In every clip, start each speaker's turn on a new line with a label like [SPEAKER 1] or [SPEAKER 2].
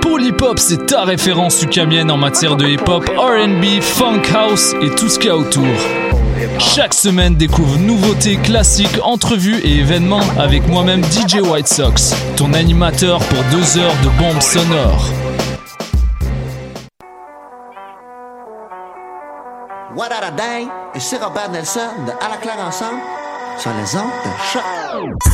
[SPEAKER 1] Polypop, c'est ta référence ukamienne en matière de hip-hop, RB, funk house et tout ce qu'il y a autour. Chaque semaine, découvre nouveautés, classiques, entrevues et événements avec moi-même DJ White Sox, ton animateur pour deux heures de bombes sonores.
[SPEAKER 2] What a day! Et c'est Robert Nelson de À la claire ensemble sur les ondes de choc.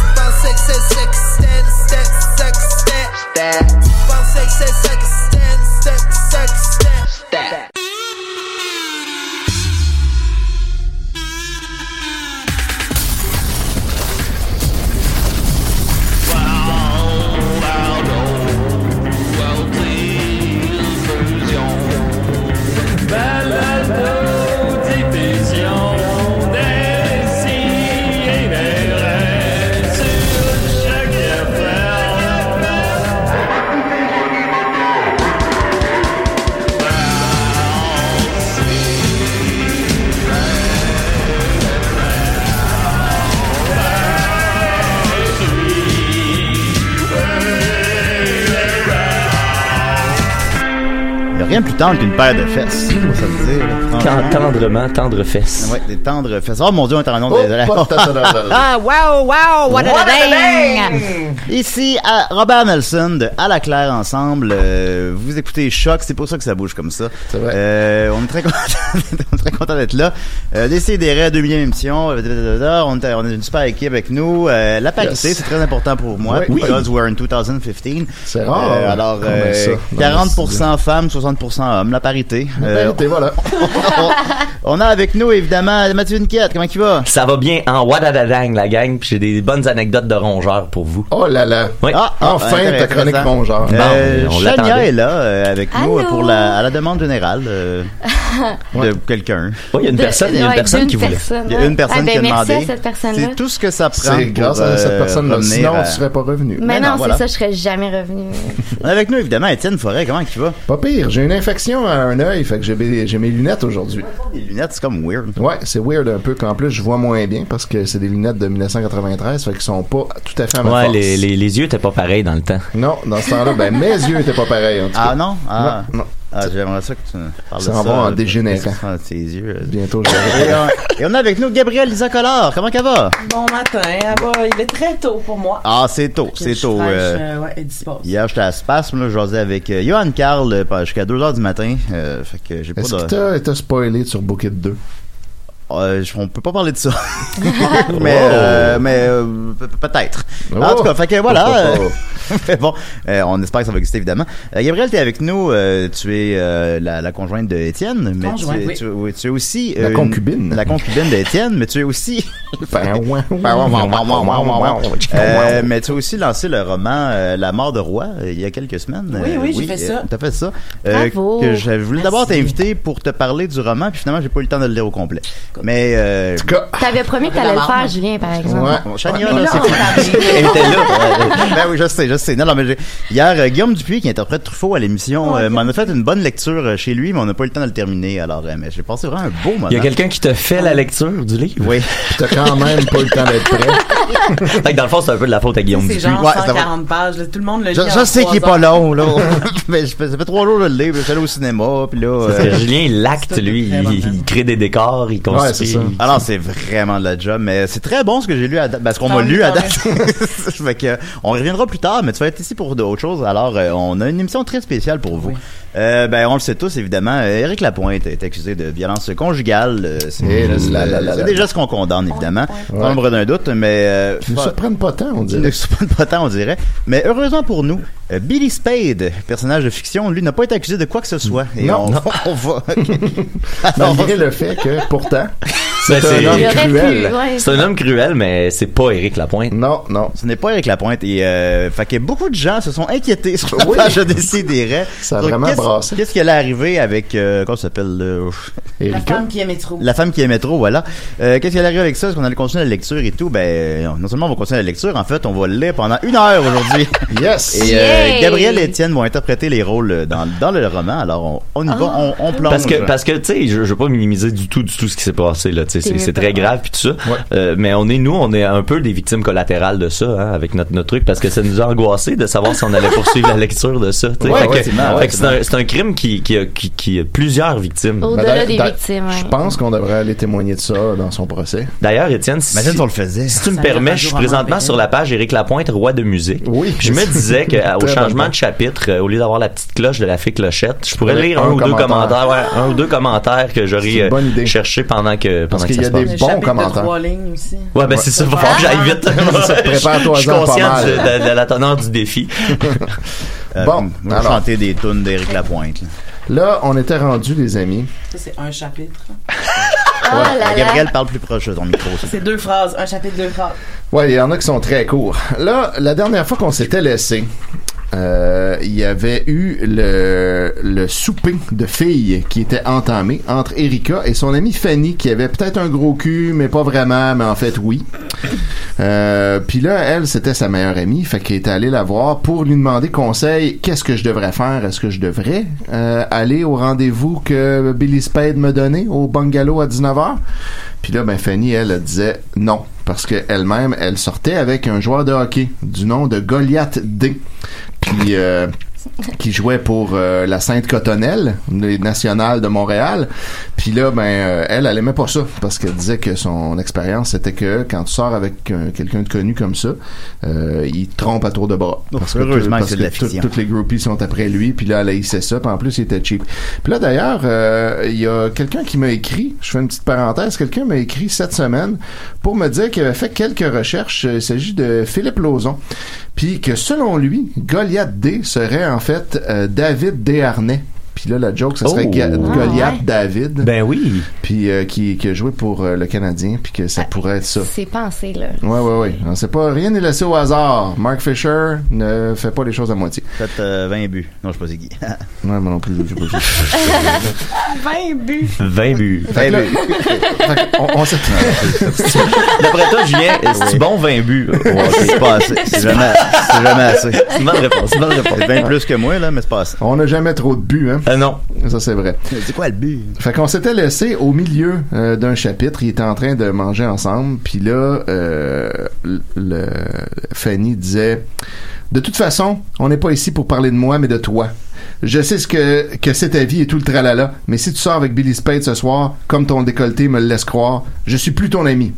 [SPEAKER 3] Il n'y a rien de plus tendre qu'une paire de fesses. Faut ça veut dire. là. Ah
[SPEAKER 4] Quand tendrement, tendre fesses.
[SPEAKER 3] Ouais, des tendres fesses. Oh mon dieu, on est en nom
[SPEAKER 5] Oh,
[SPEAKER 3] désolé.
[SPEAKER 5] pas de ta- ta- ta- ta- ta-
[SPEAKER 6] Ah, wow,
[SPEAKER 7] Oh,
[SPEAKER 6] wow, what, a dang!
[SPEAKER 3] Ici à Robert Nelson de À la Claire ensemble. Euh, vous écoutez Choc, c'est pour ça que ça bouge comme ça.
[SPEAKER 5] C'est vrai.
[SPEAKER 3] Euh, on est très content, on est très content d'être là. Euh, Laissez des raies, deuxième émission. euh, blablabla. On est, on est une super équipe avec nous. Euh, la parité,
[SPEAKER 5] Yes.
[SPEAKER 3] c'est très important pour moi.
[SPEAKER 5] Oui.
[SPEAKER 3] Because we're in 2015.
[SPEAKER 5] C'est rare.
[SPEAKER 3] Euh, alors,
[SPEAKER 5] Comment
[SPEAKER 3] euh,
[SPEAKER 5] ça, dans le
[SPEAKER 3] 40% femmes, 60% hommes. La parité. Euh,
[SPEAKER 5] Et voilà.
[SPEAKER 3] on a avec nous évidemment Mathieu Niquette. Comment il va?
[SPEAKER 4] Ça va bien en wadadadang, la gang, puis j'ai des bonnes anecdotes de rongeurs pour vous.
[SPEAKER 5] Oh là là.
[SPEAKER 4] Oui.
[SPEAKER 5] Enfin, ta chronique
[SPEAKER 3] Ah, intéressant.
[SPEAKER 5] mon genre.
[SPEAKER 3] Euh,
[SPEAKER 4] Bon, on
[SPEAKER 3] Chania
[SPEAKER 4] l'attendait.
[SPEAKER 3] est là euh, avec nous euh,
[SPEAKER 8] Allô?
[SPEAKER 3] pour la, à la demande générale euh, de quelqu'un.
[SPEAKER 4] Oui, il y a une
[SPEAKER 8] De-
[SPEAKER 4] personne, il y a une
[SPEAKER 8] ouais,
[SPEAKER 4] personne
[SPEAKER 8] d'une
[SPEAKER 4] qui voulait.
[SPEAKER 8] personne,
[SPEAKER 3] Il y a
[SPEAKER 8] ouais.
[SPEAKER 3] une personne
[SPEAKER 8] Ah, ben,
[SPEAKER 3] qui a
[SPEAKER 8] merci
[SPEAKER 3] demandé.
[SPEAKER 8] à cette personne-là.
[SPEAKER 3] C'est tout ce que ça prend.
[SPEAKER 5] C'est
[SPEAKER 3] pour,
[SPEAKER 5] grâce à
[SPEAKER 3] euh,
[SPEAKER 5] cette personne-là.
[SPEAKER 3] revenir
[SPEAKER 5] Sinon,
[SPEAKER 3] à-
[SPEAKER 5] tu serais pas revenu.
[SPEAKER 8] Mais
[SPEAKER 3] non,
[SPEAKER 8] non,
[SPEAKER 3] voilà.
[SPEAKER 8] c'est ça, je serais jamais revenue.
[SPEAKER 3] On a avec nous évidemment Étienne Forêt. Comment il va
[SPEAKER 5] Pas pire. J'ai une infection à un œil, fait que j'ai mes- j'ai mes lunettes aujourd'hui.
[SPEAKER 3] Les lunettes, c'est comme weird.
[SPEAKER 5] Ouais, c'est weird un peu qu'en plus je vois moins bien parce que c'est des lunettes de 1993, fait qu'ils sont pas tout à fait à ma
[SPEAKER 4] Ouais,
[SPEAKER 5] force.
[SPEAKER 4] les, les, les yeux étaient pas pareils dans le temps.
[SPEAKER 5] Non, dans ce temps-là, ben mes yeux étaient pas pareils. hein. En tout cas.
[SPEAKER 3] Ah non Ah,
[SPEAKER 5] Non, non.
[SPEAKER 3] Ah, j'aimerais ça que tu me parles de
[SPEAKER 5] Ça
[SPEAKER 3] ça.
[SPEAKER 5] en va en
[SPEAKER 3] euh,
[SPEAKER 5] dégénérant.
[SPEAKER 3] parce que ça, Tes yeux. euh,
[SPEAKER 5] Bientôt, je vais-
[SPEAKER 3] Et on, et on a avec nous Gabriel Lisa Collard. Comment ça va
[SPEAKER 7] Bon matin, Ah bah, il est très tôt pour moi.
[SPEAKER 3] Ah, c'est tôt, c'est
[SPEAKER 7] Je suis
[SPEAKER 3] tôt.
[SPEAKER 7] fraîche,
[SPEAKER 3] euh,
[SPEAKER 7] euh, ouais, et dispose.
[SPEAKER 3] Hier, j'étais à Spasme, là, je jasais avec euh, Johan Carl euh, pas- jusqu'à 2h du matin. euh, fait que j'ai pas
[SPEAKER 5] Est-ce que
[SPEAKER 3] de...
[SPEAKER 5] t'as t'as spoilé sur Bucket 2
[SPEAKER 3] Euh, je- on peut pas parler de ça. mais euh, mais euh, pe- peut-être. En tout cas, fait que voilà.
[SPEAKER 5] Oh. Oh.
[SPEAKER 3] euh, mais bon, euh, on espère que ça va exister évidemment. Euh, Gabriel, tu es avec nous. euh, tu es euh, la, la conjointe de Étienne, mais tu,
[SPEAKER 7] Conjointe,
[SPEAKER 3] es-
[SPEAKER 7] oui.
[SPEAKER 3] tu- oui, tu es aussi euh,
[SPEAKER 5] La
[SPEAKER 3] une-
[SPEAKER 5] concubine.
[SPEAKER 3] la concubine d'Étienne, mais tu es aussi
[SPEAKER 7] Oh,
[SPEAKER 3] Euh, mais tu as aussi lancé le roman euh, La mort de roi euh, il y a quelques semaines. Euh,
[SPEAKER 7] Oui, oui, j'ai fait ça.
[SPEAKER 3] Tu as fait ça. Euh,
[SPEAKER 7] Bravo.
[SPEAKER 3] que je voulais d'abord
[SPEAKER 7] Merci.
[SPEAKER 3] t'inviter pour te parler du roman, puis finalement, j'ai pas eu le temps de le lire au complet. Mais. Euh, en tout cas,
[SPEAKER 8] T'avais promis que t'allais le faire, Julien, par exemple.
[SPEAKER 3] Ouais, Chania,
[SPEAKER 8] Mais
[SPEAKER 3] là,
[SPEAKER 8] là,
[SPEAKER 3] c'est
[SPEAKER 8] on parle.
[SPEAKER 3] Elle était là. ben oui, je sais, je sais. Non, non, mais j'ai- hier, euh, Guillaume Dupuis, qui interprète Truffaut à l'émission, euh, m'en a fait une bonne lecture euh, chez lui, mais on n'a pas eu le temps de le terminer. Alors, euh, mais j'ai passé vraiment un beau moment.
[SPEAKER 4] Il y a quelqu'un qui te fait la lecture du livre.
[SPEAKER 3] Oui.
[SPEAKER 4] T'as quand même pas eu le temps d'être prêt. fait que dans le fond, c'est un peu de la faute à Guillaume
[SPEAKER 7] C'est
[SPEAKER 4] Dupuis.
[SPEAKER 7] genre
[SPEAKER 4] Ouais, ça va.
[SPEAKER 7] 140 pages. là, Tout le monde le lit.
[SPEAKER 3] Je, je
[SPEAKER 7] en
[SPEAKER 3] sais
[SPEAKER 7] trois
[SPEAKER 3] qu'il est pas
[SPEAKER 7] heures.
[SPEAKER 3] long, là. mais je fais- ça fait trois jours que je le livre, je suis allé au cinéma, puis là.
[SPEAKER 4] Parce que
[SPEAKER 3] euh,
[SPEAKER 4] Julien, il l'acte, lui. Il, il crée des décors, il construit.
[SPEAKER 3] Alors, c'est vraiment de la job, mais c'est très bon ce que j'ai lu à date, parce qu'on m'a
[SPEAKER 4] Tant
[SPEAKER 3] lu
[SPEAKER 4] mieux,
[SPEAKER 3] à
[SPEAKER 4] tant
[SPEAKER 3] date. fait que, euh, on reviendra plus tard, mais tu vas être ici pour d'autres choses. Alors, euh, on a une émission très spéciale pour vous. Euh, ben, on le sait tous, évidemment. euh, Éric Lapointe est accusé de violence conjugale. euh,
[SPEAKER 5] Et
[SPEAKER 3] c'est
[SPEAKER 5] là, c'est Mmh. la- la- la-
[SPEAKER 3] c'est déjà ce qu'on condamne, évidemment.
[SPEAKER 5] Ouais.
[SPEAKER 3] Nombre d'un doute, mais... Euh,
[SPEAKER 5] Ils nous
[SPEAKER 3] fa-
[SPEAKER 5] surprennent pas tant,
[SPEAKER 3] ils
[SPEAKER 5] on
[SPEAKER 3] ne
[SPEAKER 5] dirait.
[SPEAKER 3] se prennent pas tant, on dirait. Mais heureusement pour nous, euh, Billy Spade, personnage de fiction, lui, n'a pas été accusé de quoi que ce soit. Et
[SPEAKER 5] Non,
[SPEAKER 3] on,
[SPEAKER 5] non.
[SPEAKER 3] on va...
[SPEAKER 5] Malgré le fait que, pourtant,
[SPEAKER 4] Ben,
[SPEAKER 5] c'est un homme cruel.
[SPEAKER 4] C'est un homme cruel, mais c'est pas Éric Lapointe.
[SPEAKER 5] Non, non.
[SPEAKER 3] Ce n'est pas Éric Lapointe. Et, euh, fait que beaucoup de gens se sont inquiétés sur la
[SPEAKER 5] Oui.
[SPEAKER 3] page de Décideret.
[SPEAKER 5] Ça a
[SPEAKER 3] Sur
[SPEAKER 5] vraiment
[SPEAKER 3] qu'est-ce-
[SPEAKER 5] brassé.
[SPEAKER 3] Qu'est-ce qui allait arriver avec, euh, comment ça s'appelle, euh,
[SPEAKER 7] La femme qui aimait trop.
[SPEAKER 3] la femme qui aimait trop, voilà. Euh, Qu'est-ce qui allait arriver avec ça? Est-ce qu'on allait continuer la lecture et tout? Ben, euh, non seulement on va continuer la lecture, en fait, on va le lire pendant une heure aujourd'hui.
[SPEAKER 5] yes!
[SPEAKER 3] Et euh,
[SPEAKER 4] Yay!
[SPEAKER 3] Gabriel et Étienne vont interpréter les rôles euh, dans, dans le roman. Alors, on, on y va,
[SPEAKER 7] Ah.
[SPEAKER 3] on, on plonge.
[SPEAKER 4] Parce que, parce que tu sais, je, je veux pas minimiser du tout, du tout ce qui s'est passé, là. Tu sais,
[SPEAKER 3] T'es
[SPEAKER 4] c'est- c'est
[SPEAKER 3] mieux
[SPEAKER 4] très
[SPEAKER 3] pas.
[SPEAKER 4] grave, puis tout ça. Euh, mais on est, nous, on est un peu des victimes collatérales de ça, hein, avec notre, notre truc, parce que ça nous a angoissé de savoir si on allait poursuivre la lecture de ça. tu sais.
[SPEAKER 3] Ouais,
[SPEAKER 4] Fait que-
[SPEAKER 3] effectivement, ouais,
[SPEAKER 4] fait que c'est un, c'est un crime qui, qui, a, qui, qui a plusieurs victimes.
[SPEAKER 8] Au-delà des
[SPEAKER 5] D'ailleurs,
[SPEAKER 8] victimes.
[SPEAKER 5] Je pense qu'on devrait aller témoigner de ça dans son procès.
[SPEAKER 4] D'ailleurs, Étienne, si,
[SPEAKER 5] Imagine si on le
[SPEAKER 3] faisait.
[SPEAKER 4] si tu me
[SPEAKER 5] Ça
[SPEAKER 4] permets,
[SPEAKER 5] aurait
[SPEAKER 4] je suis
[SPEAKER 5] pas duré
[SPEAKER 4] présentement sur la page Éric Lapointe, roi de musique. Oui. Je me disais qu'au
[SPEAKER 5] Très
[SPEAKER 4] changement
[SPEAKER 5] bonne
[SPEAKER 4] de chapitre, euh, au lieu d'avoir la petite cloche de la fée clochette, je pourrais
[SPEAKER 5] Ouais,
[SPEAKER 4] lire
[SPEAKER 5] un
[SPEAKER 4] un, ou deux
[SPEAKER 5] commentaire.
[SPEAKER 4] commentaires, ouais, un ou deux commentaires que j'aurais
[SPEAKER 5] bonne
[SPEAKER 4] euh, cherché pendant que pendant
[SPEAKER 5] Parce
[SPEAKER 4] que
[SPEAKER 5] qu'il y
[SPEAKER 4] ça
[SPEAKER 5] a
[SPEAKER 4] se
[SPEAKER 5] des
[SPEAKER 4] passe.
[SPEAKER 7] Le chapitre de trois lignes aussi.
[SPEAKER 4] Ouais, ben c'est ça, va falloir que j'aille vite.
[SPEAKER 5] Ça, prépare-toi-en
[SPEAKER 4] Je suis
[SPEAKER 5] pas
[SPEAKER 4] conscient
[SPEAKER 5] mal.
[SPEAKER 4] de, de- de la teneur du défi.
[SPEAKER 3] bon, Euh, on va
[SPEAKER 5] alors.
[SPEAKER 3] chanter des tunes d'Éric Lapointe. là.
[SPEAKER 5] Là, on était rendus, les amis.
[SPEAKER 7] Ça, c'est un chapitre. Ah
[SPEAKER 3] Ouais. Euh, Gabriel parle plus proche de ton micro. s'il te
[SPEAKER 7] C'est deux phrases. Un chapitre, deux phrases.
[SPEAKER 5] Ouais, il y en a qui sont très courts. Là, la dernière fois qu'on s'était laissé, euh, il y avait eu le, le souper de filles qui était entamé entre Erika et son amie Fanny, qui avait peut-être un gros cul, mais pas vraiment, mais en fait oui. Euh, Puis là, elle, c'était sa meilleure amie, fait qu'elle était allée la voir pour lui demander conseil. Qu'est-ce que je devrais faire Est-ce que je devrais euh, aller au rendez-vous que Billy Spade me donnait au bungalow à 19h Puis là, ben Fanny, elle, elle disait non parce que elle-même, elle sortait avec un joueur de hockey du nom de Goliath D. Puis euh, qui jouait pour euh, la Sainte Cotonnelle, les nationales de Montréal. Puis là, ben, euh, elle, elle aimait pas ça parce qu'elle disait que son expérience c'était que quand tu sors avec euh, quelqu'un de connu comme ça, euh, il te trompe à tour de bras.
[SPEAKER 3] Ouf,
[SPEAKER 5] Parce
[SPEAKER 3] heureusement
[SPEAKER 5] tout-
[SPEAKER 3] que
[SPEAKER 5] parce
[SPEAKER 3] c'est de la
[SPEAKER 5] tout-
[SPEAKER 3] fiction.
[SPEAKER 5] toutes les groupies sont après lui, puis là, elle haïssait ça, puis en plus, il était cheap. Puis là, d'ailleurs, euh, il y a quelqu'un qui m'a écrit, je fais une petite parenthèse, quelqu'un m'a écrit cette semaine pour me dire qu'il avait fait quelques recherches, euh, il s'agit de Philippe Lauzon, puis que selon lui, Goliath D serait en fait euh, David Desharnais. Puis là, la joke, ça serait
[SPEAKER 4] Oh.
[SPEAKER 5] Ga-
[SPEAKER 4] Ah,
[SPEAKER 5] Goliath
[SPEAKER 8] ouais.
[SPEAKER 5] David.
[SPEAKER 4] Ben oui.
[SPEAKER 5] Puis euh, qui, qui a joué pour euh, le Canadien, puis que ça pourrait être ça.
[SPEAKER 8] Ben, C'est pensé, là.
[SPEAKER 5] Ouais, ouais, ouais. On sait pas, rien n'est laissé au hasard. Mark Fisher ne fait pas les choses à moitié.
[SPEAKER 3] plaît. Peut-être euh, 20 buts. Non, je sais pas c'est qui.
[SPEAKER 5] Ouais, moi non plus, je sais pas.
[SPEAKER 7] 20 buts.
[SPEAKER 4] 20 buts.
[SPEAKER 3] Fait que là-
[SPEAKER 5] on, on s'est-
[SPEAKER 4] D'après toi, Julien, c'est
[SPEAKER 3] Oui.
[SPEAKER 4] bon 20 buts? Ouais,
[SPEAKER 3] C'est pas assez. C'est jamais, c'est jamais assez.
[SPEAKER 4] C'est une bonne réponse, c'est une bonne réponse.
[SPEAKER 3] C'est bien plus que moi, là, mais c'est pas assez.
[SPEAKER 5] On n'a jamais trop de buts, hein?
[SPEAKER 4] Euh, non.
[SPEAKER 5] Ça, c'est vrai.
[SPEAKER 3] C'est quoi le but?
[SPEAKER 5] Fait qu'on s'était laissé au milieu euh, d'un chapitre. Ils étaient en train de manger ensemble. Puis là, euh, le- le- Fanny disait De toute façon, on n'est pas ici pour parler de moi, mais de toi. Je sais ce que, que c'est ta vie et tout le tralala, mais si tu sors avec Billy Spade ce soir, comme ton décolleté me le laisse croire, je suis plus ton ami.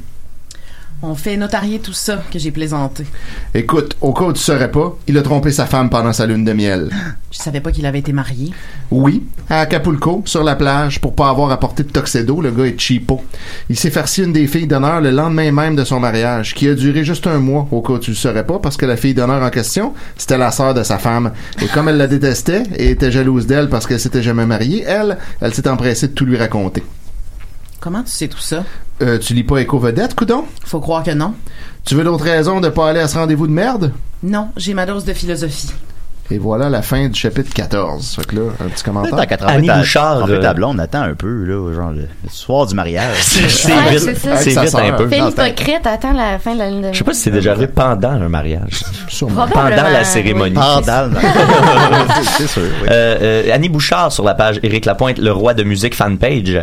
[SPEAKER 7] On fait notarier tout ça que j'ai plaisanté.
[SPEAKER 5] Écoute, au cas où tu saurais pas, il a trompé sa femme pendant sa lune de miel.
[SPEAKER 7] Je savais pas qu'il avait été marié.
[SPEAKER 5] Oui, à Acapulco, sur la plage, pour pas avoir apporté de tuxedo, le gars est cheapo. Il s'est farci une des filles d'honneur le lendemain même de son mariage, qui a duré juste un mois, au cas où tu le saurais pas, parce que la fille d'honneur en question, c'était la sœur de sa femme. Et comme elle la détestait et était jalouse d'elle parce qu'elle s'était jamais mariée, elle, elle s'est empressée de tout lui raconter.
[SPEAKER 7] Comment tu sais tout ça?
[SPEAKER 5] Euh, tu lis pas Écho Vedette, coudon?
[SPEAKER 7] Faut croire que non.
[SPEAKER 5] Tu veux d'autres raisons de pas aller à ce rendez-vous de merde?
[SPEAKER 7] Non, j'ai ma dose de philosophie.
[SPEAKER 5] Et voilà la fin du chapitre 14. Fait que là, un petit commentaire.
[SPEAKER 3] T'as qu'à tremper ta- tremper
[SPEAKER 4] euh,
[SPEAKER 3] ta blonde, attends un peu, là, genre le, le soir du mariage.
[SPEAKER 8] Ouais, ça. Fais
[SPEAKER 3] Non, c'est un-
[SPEAKER 8] l'hypocrite, attends la fin de la ligne de.
[SPEAKER 4] Je sais pas si c'est déjà arrivé pendant un mariage.
[SPEAKER 8] Sûrement.
[SPEAKER 4] Pendant la
[SPEAKER 8] Probablement,
[SPEAKER 4] cérémonie.
[SPEAKER 8] oui.
[SPEAKER 3] Pendant
[SPEAKER 4] c'est sûr. Annie Bouchard sur la page Éric Lapointe, le roi de musique fanpage,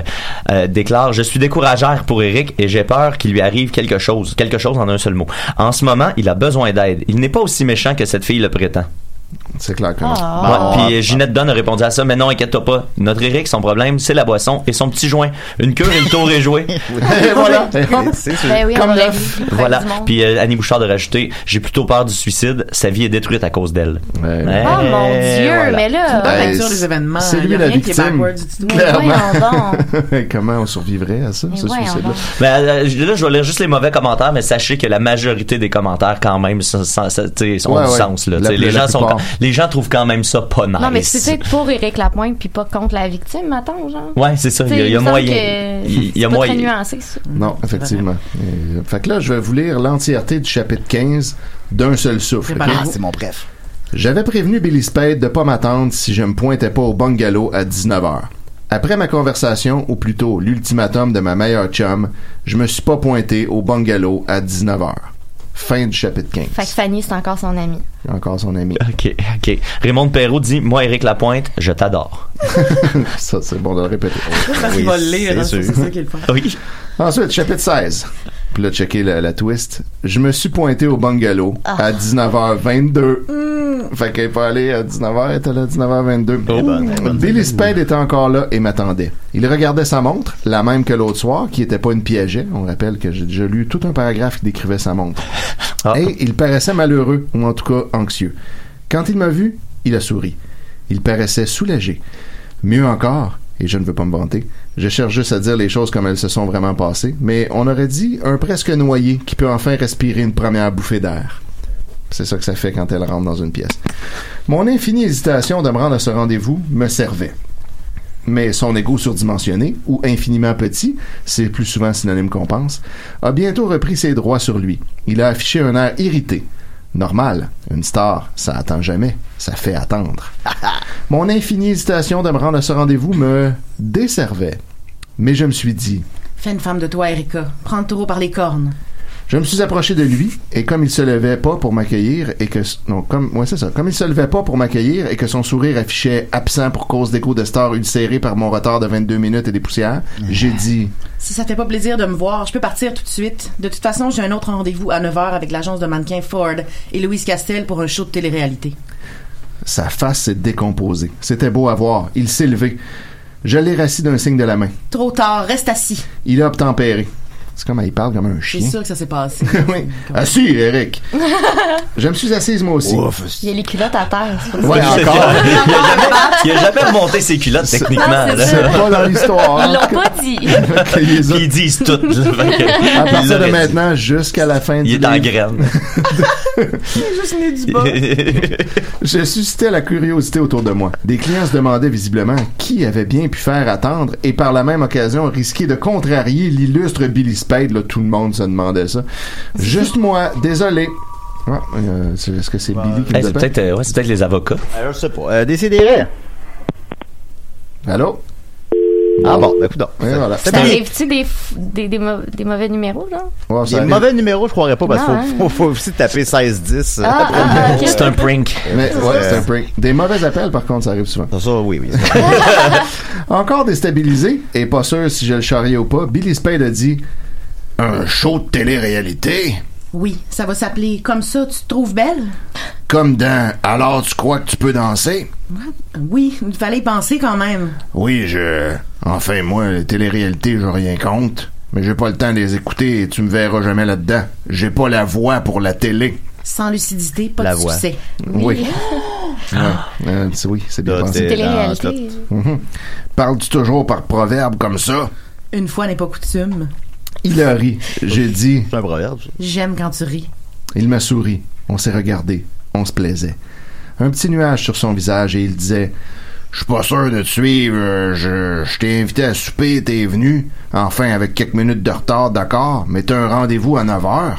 [SPEAKER 4] euh, déclare Je suis découragère pour Éric et j'ai peur qu'il lui arrive quelque chose. Quelque chose en un seul mot. En ce moment, il a besoin d'aide. Il n'est pas aussi méchant que cette fille le prétend.
[SPEAKER 5] C'est clair que
[SPEAKER 8] Ah.
[SPEAKER 4] Ouais, puis euh, Ginette Dunn a répondu à ça, mais non, inquiète-toi pas. Notre Eric, son problème, c'est la boisson et son petit joint. Une cure et le tour est joué.
[SPEAKER 5] Et voilà.
[SPEAKER 3] C'est
[SPEAKER 5] sûr.
[SPEAKER 8] Ben oui,
[SPEAKER 5] Comme
[SPEAKER 8] on l'a
[SPEAKER 5] l'œuf.
[SPEAKER 8] dit.
[SPEAKER 4] Voilà.
[SPEAKER 8] Du monde.
[SPEAKER 4] Puis euh, Annie Bouchard de rajouter J'ai plutôt peur du suicide. Sa vie est détruite à cause d'elle. Ouais.
[SPEAKER 8] Oh mon Dieu,
[SPEAKER 4] voilà.
[SPEAKER 8] mais
[SPEAKER 7] C'est une bonne
[SPEAKER 5] Ben,
[SPEAKER 7] lecture des
[SPEAKER 5] c'est-
[SPEAKER 7] événements.
[SPEAKER 5] c'est
[SPEAKER 7] Il
[SPEAKER 5] lui
[SPEAKER 7] y a
[SPEAKER 5] la
[SPEAKER 7] rien qui est
[SPEAKER 5] victime. Ben,
[SPEAKER 7] backward du tout.
[SPEAKER 5] Clairement. hein. Comment on survivrait à ça, ce
[SPEAKER 8] voyons
[SPEAKER 5] suicide-là?
[SPEAKER 8] donc.
[SPEAKER 4] Ben, euh, je- là, je vais lire juste les mauvais commentaires, mais sachez que la majorité des commentaires, quand même, sont- sont- sont- Ah, tu sais, ont
[SPEAKER 5] Ouais,
[SPEAKER 4] du
[SPEAKER 5] ouais.
[SPEAKER 4] sens. Là,
[SPEAKER 5] La
[SPEAKER 4] Tu sais,
[SPEAKER 5] plus-
[SPEAKER 4] les,
[SPEAKER 5] la
[SPEAKER 4] gens sont,
[SPEAKER 5] plupart.
[SPEAKER 4] les gens trouvent quand même ça pas nice.
[SPEAKER 8] Non, mais c'est peut-être pour Éric Lapointe puis pas contre la victime, maintenant, genre.
[SPEAKER 4] Ouais, c'est ça. Il y a, il y a moyen. Il y a moyen.
[SPEAKER 8] C'est pas très nuancé, ça.
[SPEAKER 5] Non, effectivement. Euh, fait que là, je vais vous lire l'entièreté du chapitre 15 d'un seul souffle. ok?
[SPEAKER 3] Ah, c'est mon bref.
[SPEAKER 5] J'avais prévenu Billy Spade de pas m'attendre si je me pointais pas au bungalow à 19h. Après ma conversation, ou plutôt l'ultimatum de ma meilleure chum, je me suis pas pointé au bungalow à 19h. Fin du chapitre 15.
[SPEAKER 8] Fait que Fanny, c'est encore son amie.
[SPEAKER 5] Encore son ami.
[SPEAKER 4] OK, OK. Raymond Perrault dit Moi, Éric Lapointe, je t'adore.
[SPEAKER 5] ça, c'est bon de le répéter.
[SPEAKER 7] Parce qu'il va le lire, hein, c'est ça qui est le fun.
[SPEAKER 4] Oui.
[SPEAKER 5] Ensuite, chapitre 16. Puis là, checker la, la twist. Je me suis pointé au bungalow à 19h22. Fait qu'elle est pas allée à 19h, elle était là à 19h22. Billy Spade était encore là et m'attendait. Il regardait sa montre, la même que l'autre soir, qui était pas une piaget. On rappelle que j'ai déjà lu tout un paragraphe qui décrivait sa montre. Et il paraissait malheureux, ou en tout cas anxieux. Quand il m'a vu, il a souri. Il paraissait soulagé. Mieux encore, et je ne veux pas me vanter, je cherche juste à dire les choses comme elles se sont vraiment passées, mais on aurait dit un presque noyé qui peut enfin respirer une première bouffée d'air. C'est ça que ça fait quand elle rentre dans une pièce. Mon infinie hésitation de me rendre à ce rendez-vous me servait. Mais son ego surdimensionné, ou infiniment petit, c'est plus souvent synonyme qu'on pense, a bientôt repris ses droits sur lui. Il a affiché un air irrité. Normal, une star, ça attend jamais, ça fait attendre. Mon infinie hésitation de me rendre à ce rendez-vous me desservait. Mais je me suis dit,
[SPEAKER 7] Fais une femme de toi, Erika. Prends le taureau par les cornes.
[SPEAKER 5] je me suis approché de lui et comme il se levait pas pour m'accueillir et que non comme ouais, c'est ça comme il se levait pas pour m'accueillir et que son sourire affichait absent pour cause d'écho de star ulcéré par mon retard de 22 minutes et des poussières j'ai dit
[SPEAKER 7] Si ça te fait pas plaisir de me voir, je peux partir tout de suite. De toute façon, j'ai un autre rendez-vous à 9h avec l'agence de mannequins Ford et Louise Castel pour un show de télé-réalité.
[SPEAKER 5] sa face s'est décomposée c'était beau à voir il s'est levé je l'ai rassis d'un signe de la main
[SPEAKER 7] Trop tard, reste assis.
[SPEAKER 5] il a obtempéré c'est comme il parle comme un
[SPEAKER 7] Je
[SPEAKER 5] chien
[SPEAKER 7] suis sûr que ça s'est passé.
[SPEAKER 5] oui assis Eric je me suis assise moi aussi
[SPEAKER 8] Il y a les culottes à terre. c'est pour ça.
[SPEAKER 5] ouais encore
[SPEAKER 4] il, a jamais, il a jamais remonté ses culottes, techniquement.
[SPEAKER 8] c'est
[SPEAKER 4] là.
[SPEAKER 5] c'est pas dans l'histoire
[SPEAKER 8] Ils l'ont pas dit.
[SPEAKER 5] Fait que les autres-
[SPEAKER 4] Ils disent tout. là. Fait que-
[SPEAKER 5] À
[SPEAKER 4] il
[SPEAKER 5] partir de
[SPEAKER 4] l'aurait dit.
[SPEAKER 5] maintenant jusqu'à la fin
[SPEAKER 4] Il
[SPEAKER 5] du
[SPEAKER 4] est dans la
[SPEAKER 5] livre,
[SPEAKER 4] graine.
[SPEAKER 5] je suscitais la curiosité autour de moi. Des clients se demandaient visiblement qui avait bien pu faire attendre et par la même occasion risquer de contrarier l'illustre Billy Spade. Là, tout le monde se demandait ça. Juste moi, désolé. Ouais, euh, c'est- Est-ce que c'est Billy qui
[SPEAKER 4] Hey,
[SPEAKER 5] nous
[SPEAKER 4] c'est
[SPEAKER 5] appelle?
[SPEAKER 4] peut-être euh, ouais, c'est peut-être les avocats.
[SPEAKER 3] Alors, je sais pas. Euh, Décidérez.
[SPEAKER 5] Allô?
[SPEAKER 3] Ah bon, ben, écoute.
[SPEAKER 5] Ouais, voilà.
[SPEAKER 8] Ça arrive-tu des, f- des, des, mo- des mauvais numéros, genre?
[SPEAKER 5] Ouais, ça
[SPEAKER 3] Des
[SPEAKER 5] arrive.
[SPEAKER 3] mauvais numéros, je croirais pas, parce
[SPEAKER 7] Ah,
[SPEAKER 8] Non,
[SPEAKER 7] hein.
[SPEAKER 3] qu'il faut, faut, faut aussi taper 16-10. euh,
[SPEAKER 8] Ah, ah, ah, ok.
[SPEAKER 4] C'est un prank.
[SPEAKER 5] Mais, ouais,
[SPEAKER 3] Euh,
[SPEAKER 5] c'est un prank. Des mauvais appels, par contre, ça arrive souvent.
[SPEAKER 3] Ça, oui, oui.
[SPEAKER 5] Encore déstabilisé et pas sûr si je le charriais ou pas, Billy Spade a dit Un show de télé-réalité
[SPEAKER 7] Oui, ça va s'appeler Comme ça, tu te trouves belle?
[SPEAKER 5] Comme dans Alors tu crois que tu peux danser
[SPEAKER 7] Oui, il fallait y penser quand même.
[SPEAKER 5] Oui, je. Enfin, moi, les téléréalités, j'ai rien contre. Mais j'ai pas le temps de les écouter et tu me verras jamais là-dedans. J'ai pas la voix pour la télé.
[SPEAKER 7] Sans lucidité, pas
[SPEAKER 3] La
[SPEAKER 7] de
[SPEAKER 3] voix.
[SPEAKER 7] succès.
[SPEAKER 5] Oui. Ouais. Euh, c'est- oui, c'est bien
[SPEAKER 3] Là,
[SPEAKER 5] pensé.
[SPEAKER 3] t'es- dans-
[SPEAKER 8] Télé-réalité.
[SPEAKER 5] Mhm. Parles-tu toujours par proverbe comme ça?
[SPEAKER 7] Une fois n'est pas coutume.
[SPEAKER 5] Il a ri. J'ai dit.
[SPEAKER 3] C'est un proverbe, ça.
[SPEAKER 7] J'aime quand tu ris.
[SPEAKER 5] Il m'a souri. On s'est regardé. On se plaisait. Un petit nuage sur son visage et il disait Je suis pas sûr de te suivre. euh, Je, je t'ai invité à souper, t'es venu. Enfin, avec quelques minutes de retard, d'accord, mais t'as un rendez-vous à 9 h.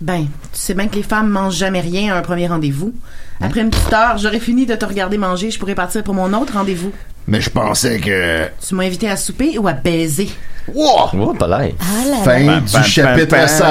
[SPEAKER 7] Ben, tu sais bien que les femmes mangent jamais rien à un premier rendez-vous.
[SPEAKER 3] Hein?
[SPEAKER 7] Après une petite heure, j'aurais fini de te regarder manger, je pourrais partir pour mon autre rendez-vous.
[SPEAKER 5] Mais je pensais que.
[SPEAKER 7] Tu m'as invité à souper ou à baiser?
[SPEAKER 4] Oh, pas l'air.
[SPEAKER 5] Fin du chapitre 16.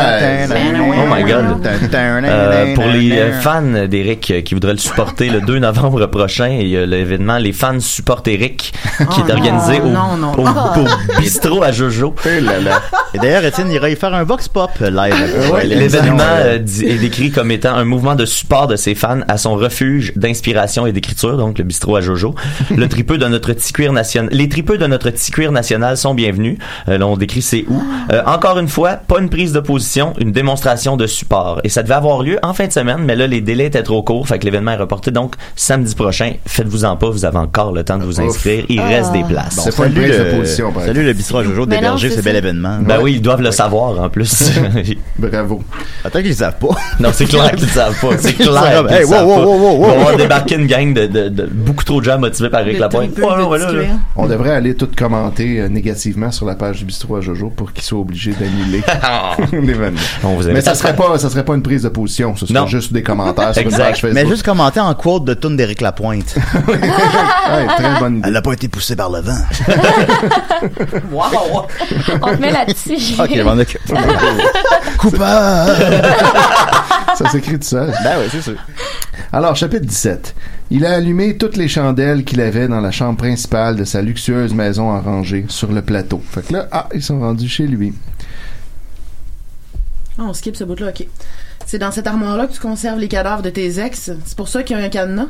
[SPEAKER 7] Ah
[SPEAKER 4] Oh my god. Euh, pour les euh, fans d'Eric euh, qui voudraient le supporter le 2 novembre prochain, il y a l'événement Les fans supportent Eric qui
[SPEAKER 3] Oh
[SPEAKER 4] est organisé
[SPEAKER 7] non,
[SPEAKER 4] au,
[SPEAKER 7] non, non.
[SPEAKER 4] au-
[SPEAKER 7] Ah.
[SPEAKER 4] au bistrot à Jojo.
[SPEAKER 3] Et d'ailleurs, Étienne ira y faire un vox pop euh, live.
[SPEAKER 4] Euh, ouais, L'événement euh, dit- est décrit comme étant un mouvement de support de ses fans à son refuge d'inspiration et d'écriture, donc le bistrot à Jojo. Le tripeux de notre petit cuir national, les tripeux de notre petit cuir national sont bienvenus. Euh, là, on décrit c'est où.
[SPEAKER 3] Ah.
[SPEAKER 4] Euh, encore une fois, pas une prise de position, une démonstration de support. Et ça devait avoir lieu en fin de semaine, mais là, les délais étaient trop courts, fait que l'événement est reporté. Donc, samedi prochain, faites-vous en pas, vous avez encore le temps de vous
[SPEAKER 3] Ouf.
[SPEAKER 4] inscrire. Il
[SPEAKER 3] Ah.
[SPEAKER 4] reste des places.
[SPEAKER 3] Bon, C'est pas une salut prise de le- position, par salut exemple. le bistrot à Jojo Mais non, d'héberger c'est ce bel ça. événement.
[SPEAKER 4] Ben
[SPEAKER 3] Ouais.
[SPEAKER 4] oui, ils doivent le savoir en plus.
[SPEAKER 5] Bravo.
[SPEAKER 3] Attends qu'ils le savent pas.
[SPEAKER 4] Non, c'est clair qu'ils le savent pas. C'est
[SPEAKER 3] Ils sont
[SPEAKER 4] clair.
[SPEAKER 3] comme, hey,
[SPEAKER 4] qu'ils le savent
[SPEAKER 3] wow, wow,
[SPEAKER 4] pas.
[SPEAKER 3] wow, wow, wow.
[SPEAKER 4] On va débarquer une gang de, de- de- beaucoup trop de gens motivés par Eric Lapointe. Ouais, ouais, là, là.
[SPEAKER 5] On devrait aller tout commenter euh, négativement sur la page du bistrot à Jojo pour qu'ils soient obligés d'annuler l'événement.
[SPEAKER 4] On vous
[SPEAKER 5] Mais
[SPEAKER 3] invite
[SPEAKER 5] ça
[SPEAKER 3] à
[SPEAKER 5] serait pas, ça serait pas une prise de position, ce serait
[SPEAKER 3] Non.
[SPEAKER 5] juste des commentaires sur une page Facebook.
[SPEAKER 3] Mais juste commenter en quote de tune d'Éric Lapointe.
[SPEAKER 5] Ouais, très bonne idée.
[SPEAKER 3] Elle n'a pas été poussée par le vent.
[SPEAKER 8] Wow! On te met là-dessus.
[SPEAKER 3] ok, on occupe. Coupable!
[SPEAKER 5] ça s'écrit tout seul.
[SPEAKER 3] Ben oui, c'est sûr.
[SPEAKER 5] Alors, chapitre 17. Il a allumé toutes les chandelles qu'il avait dans la chambre principale de sa luxueuse maison en rangée sur le plateau. Fait que là, ah, ils sont rendus chez lui.
[SPEAKER 7] Ah, on skip ce bout-là, ok. C'est dans cette armoire-là que tu conserves les cadavres de tes ex. C'est pour ça qu'il y a un cadenas?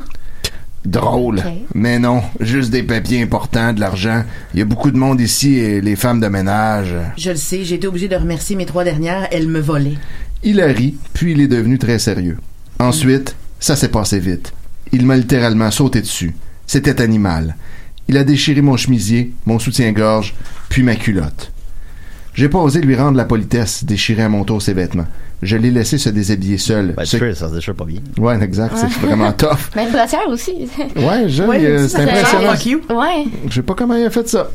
[SPEAKER 5] Drôle.
[SPEAKER 7] Ok.
[SPEAKER 5] Mais non, juste des papiers importants, de l'argent. Il y a beaucoup de monde ici et les femmes de ménage.
[SPEAKER 7] Je le sais, j'ai été obligée de remercier mes trois dernières. Elles me volaient.
[SPEAKER 5] Il a ri, puis il est devenu très sérieux. Ensuite, ça s'est passé vite. Il m'a littéralement sauté dessus. C'était animal. Il a déchiré mon chemisier, mon soutien-gorge, puis ma culotte. J'ai pas osé lui rendre la politesse, déchirer à mon tour ses vêtements. Je l'ai laissé se déshabiller seul. Ce-
[SPEAKER 3] Ben, Ça se déchire pas bien.
[SPEAKER 5] Ouais, exact, c'est
[SPEAKER 8] Ouais.
[SPEAKER 5] vraiment tough.
[SPEAKER 8] Mais une brassière aussi.
[SPEAKER 5] Ouais, je- Ouais, euh, c'est impressionnant. Fuck you.
[SPEAKER 8] Ouais.
[SPEAKER 5] Je sais pas comment il a fait ça.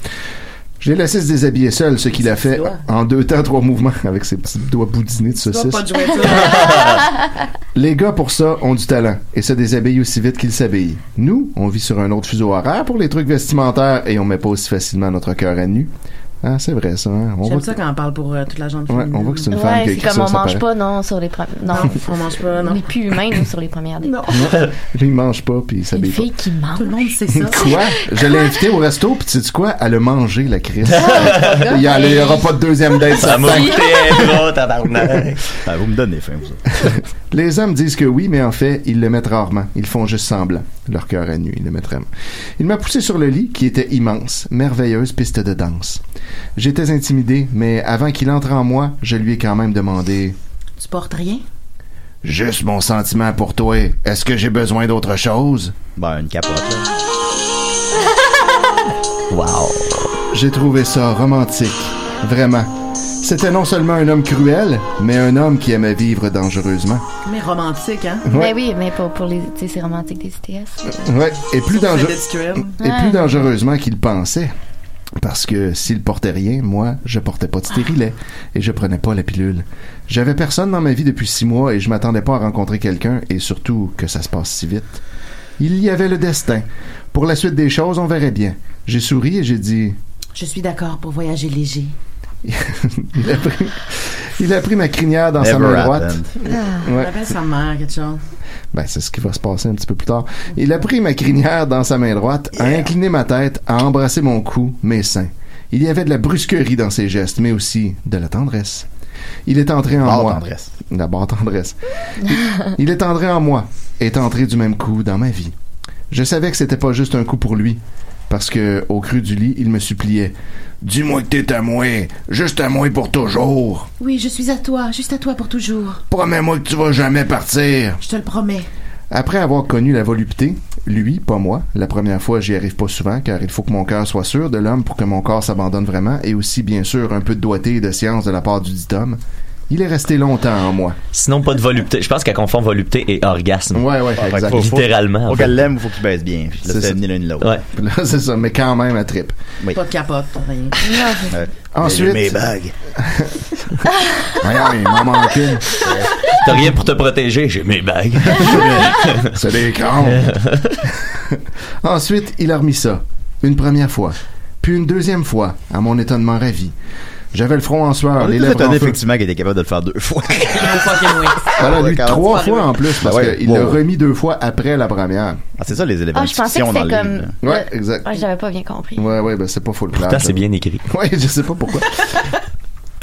[SPEAKER 5] Je l'ai laissé se déshabiller seul, ce qu'il a fait en deux temps, trois mouvements, avec ses petits doigts boudinés de saucisse. Les gars, pour ça, ont du talent et se déshabillent aussi vite qu'ils s'habillent. Nous, on vit sur un autre fuseau horaire pour les trucs vestimentaires et on met pas aussi facilement notre cœur à nu. Ah, c'est vrai, ça. hein. On
[SPEAKER 7] J'aime
[SPEAKER 5] voit
[SPEAKER 7] ça quand on parle pour euh, toute la jambe Ah,
[SPEAKER 5] Ouais, on voit que c'est une femme
[SPEAKER 8] Ouais,
[SPEAKER 5] qui a
[SPEAKER 8] c'est
[SPEAKER 5] écrit
[SPEAKER 8] comme
[SPEAKER 5] ça,
[SPEAKER 8] on
[SPEAKER 5] ça
[SPEAKER 8] mange
[SPEAKER 5] paraît.
[SPEAKER 8] pas, non, sur les premières. Non,
[SPEAKER 7] on mange pas, non.
[SPEAKER 8] On est plus humain, nous, sur les premières dates. Non.
[SPEAKER 5] que... il mange pas puis il s'habille pas.
[SPEAKER 8] Fille qui mange. Tout le monde sait
[SPEAKER 5] Quoi? Je l'ai invité au resto, puis tu sais quoi? Elle a mangé la crise.
[SPEAKER 8] Ah,
[SPEAKER 5] il n'y aura pas de deuxième date.
[SPEAKER 4] Ça m'a
[SPEAKER 5] certain.
[SPEAKER 4] coûté un bras, tabarnak.
[SPEAKER 3] Ah, vous me donnez faim, vous autres.
[SPEAKER 5] Les hommes disent que oui, mais en fait, ils le mettent rarement. Ils font juste semblant. Leur cœur à nu, ils le mettent rarement. Il m'a poussé sur le lit, qui était immense, merveilleuse piste de danse. J'étais intimidé, mais avant qu'il entre en moi, je lui ai quand même demandé
[SPEAKER 7] Tu portes rien?
[SPEAKER 5] Juste mon sentiment pour toi. Est-ce que j'ai besoin d'autre chose?
[SPEAKER 3] Ben, une capote,
[SPEAKER 4] Wow.
[SPEAKER 5] J'ai trouvé ça romantique. Vraiment. C'était non seulement un homme cruel, mais un homme qui aimait vivre dangereusement.
[SPEAKER 7] Mais romantique, hein?
[SPEAKER 8] Ben
[SPEAKER 5] Ouais.
[SPEAKER 8] oui, mais pas pour les. Tu sais, c'est romantique des CTS.
[SPEAKER 5] Ouais, et plus, dangereux- et
[SPEAKER 8] Ouais.
[SPEAKER 5] plus dangereusement qu'il pensait. Parce que s'il portait rien, moi, je portais pas de stérilet et je prenais pas la pilule. J'avais personne dans ma vie depuis six mois et je m'attendais pas à rencontrer quelqu'un et surtout que ça se passe si vite. Il y avait le destin. Pour la suite des choses, on verrait bien. J'ai souri et j'ai dit
[SPEAKER 7] Je suis d'accord pour voyager léger.
[SPEAKER 5] il a pris, il a pris ma crinière dans sa
[SPEAKER 3] Never
[SPEAKER 5] main droite.
[SPEAKER 3] happened.
[SPEAKER 5] Ouais.
[SPEAKER 7] J'appelle Ah, sa mère, quelque chose.
[SPEAKER 5] Ben, c'est ce qui va se passer un petit peu plus tard. Il a pris ma crinière dans sa main droite, a incliné ma tête, a embrassé mon cou, mes seins. Il y avait de la brusquerie dans ses gestes, mais aussi de la tendresse. Il est entré en
[SPEAKER 3] Barre
[SPEAKER 5] moi.
[SPEAKER 3] tendresse.
[SPEAKER 5] La barre tendresse. Il- Il est entré en moi, est entré du même coup dans ma vie. Je savais que c'était pas juste un coup pour lui, parce que, au cru du lit, il me suppliait. Dis-moi que t'es à moi, juste à moi pour toujours.
[SPEAKER 7] Oui, je suis à toi, juste à toi pour toujours.
[SPEAKER 5] Promets-moi que tu vas jamais partir.
[SPEAKER 7] Je te le promets.
[SPEAKER 5] Après avoir connu la volupté, lui, pas moi, la première fois, j'y arrive pas souvent, car il faut que mon cœur soit sûr de l'homme pour que mon corps s'abandonne vraiment, et aussi, bien sûr, un peu de doigté et de science de la part du dit homme. Il est resté longtemps en moi.
[SPEAKER 4] Sinon, pas de volupté. Je pense qu'elle confond volupté et orgasme.
[SPEAKER 5] Ouais, ouais, Ah, exact. faut- faut-
[SPEAKER 4] Littéralement.
[SPEAKER 5] faut
[SPEAKER 4] en fait.
[SPEAKER 5] qu'elle
[SPEAKER 3] l'aime, faut qu'il baisse bien. Puis
[SPEAKER 5] C'est ça.
[SPEAKER 4] Ouais.
[SPEAKER 5] Là, c'est ça, mais quand même, elle trip.
[SPEAKER 7] Pas de capote, rien.
[SPEAKER 5] Ensuite.
[SPEAKER 7] Mais j'ai mes
[SPEAKER 3] bagues.
[SPEAKER 5] Voyons, il m'en manque une.
[SPEAKER 4] T'as rien pour te protéger, j'ai mes bagues.
[SPEAKER 5] C'est des cons. Ensuite, il a remis ça. Une première fois. Puis une deuxième fois, à mon étonnement ravi. J'avais le front en sueur,
[SPEAKER 3] On est
[SPEAKER 5] Ah, les
[SPEAKER 3] tous
[SPEAKER 5] lèvres en
[SPEAKER 3] étonnés,
[SPEAKER 5] feu.
[SPEAKER 3] effectivement, qu'elle était capable de le faire deux fois.
[SPEAKER 5] Voilà, lui,
[SPEAKER 3] Ouais, quand
[SPEAKER 5] trois
[SPEAKER 3] même.
[SPEAKER 5] fois en plus, parce
[SPEAKER 3] Ah ouais,
[SPEAKER 5] qu'il
[SPEAKER 3] wow.
[SPEAKER 5] l'a remis deux fois après la première.
[SPEAKER 3] Ah, c'est ça, les éléments
[SPEAKER 8] Ah, je pensais que c'était comme.
[SPEAKER 5] Ouais, exact.
[SPEAKER 8] Ah, j'avais pas bien compris.
[SPEAKER 5] Ouais, ouais, ben c'est pas full
[SPEAKER 4] Pourtant,
[SPEAKER 5] plate,
[SPEAKER 4] c'est
[SPEAKER 5] là.
[SPEAKER 4] bien écrit.
[SPEAKER 5] Ouais, je sais pas pourquoi.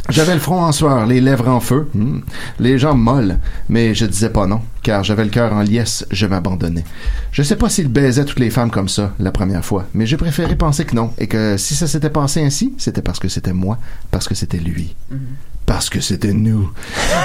[SPEAKER 5] J'avais le front en sueur, les lèvres en feu, hmm, les jambes molles, mais je disais pas non, car j'avais le cœur en liesse, je m'abandonnais. Je sais pas s'il baisait toutes les femmes comme ça, la première fois, mais j'ai préféré penser que non, et que si ça s'était passé ainsi, c'était parce que c'était moi, parce que c'était lui.
[SPEAKER 8] Mm-hmm.
[SPEAKER 5] Parce que c'était nous.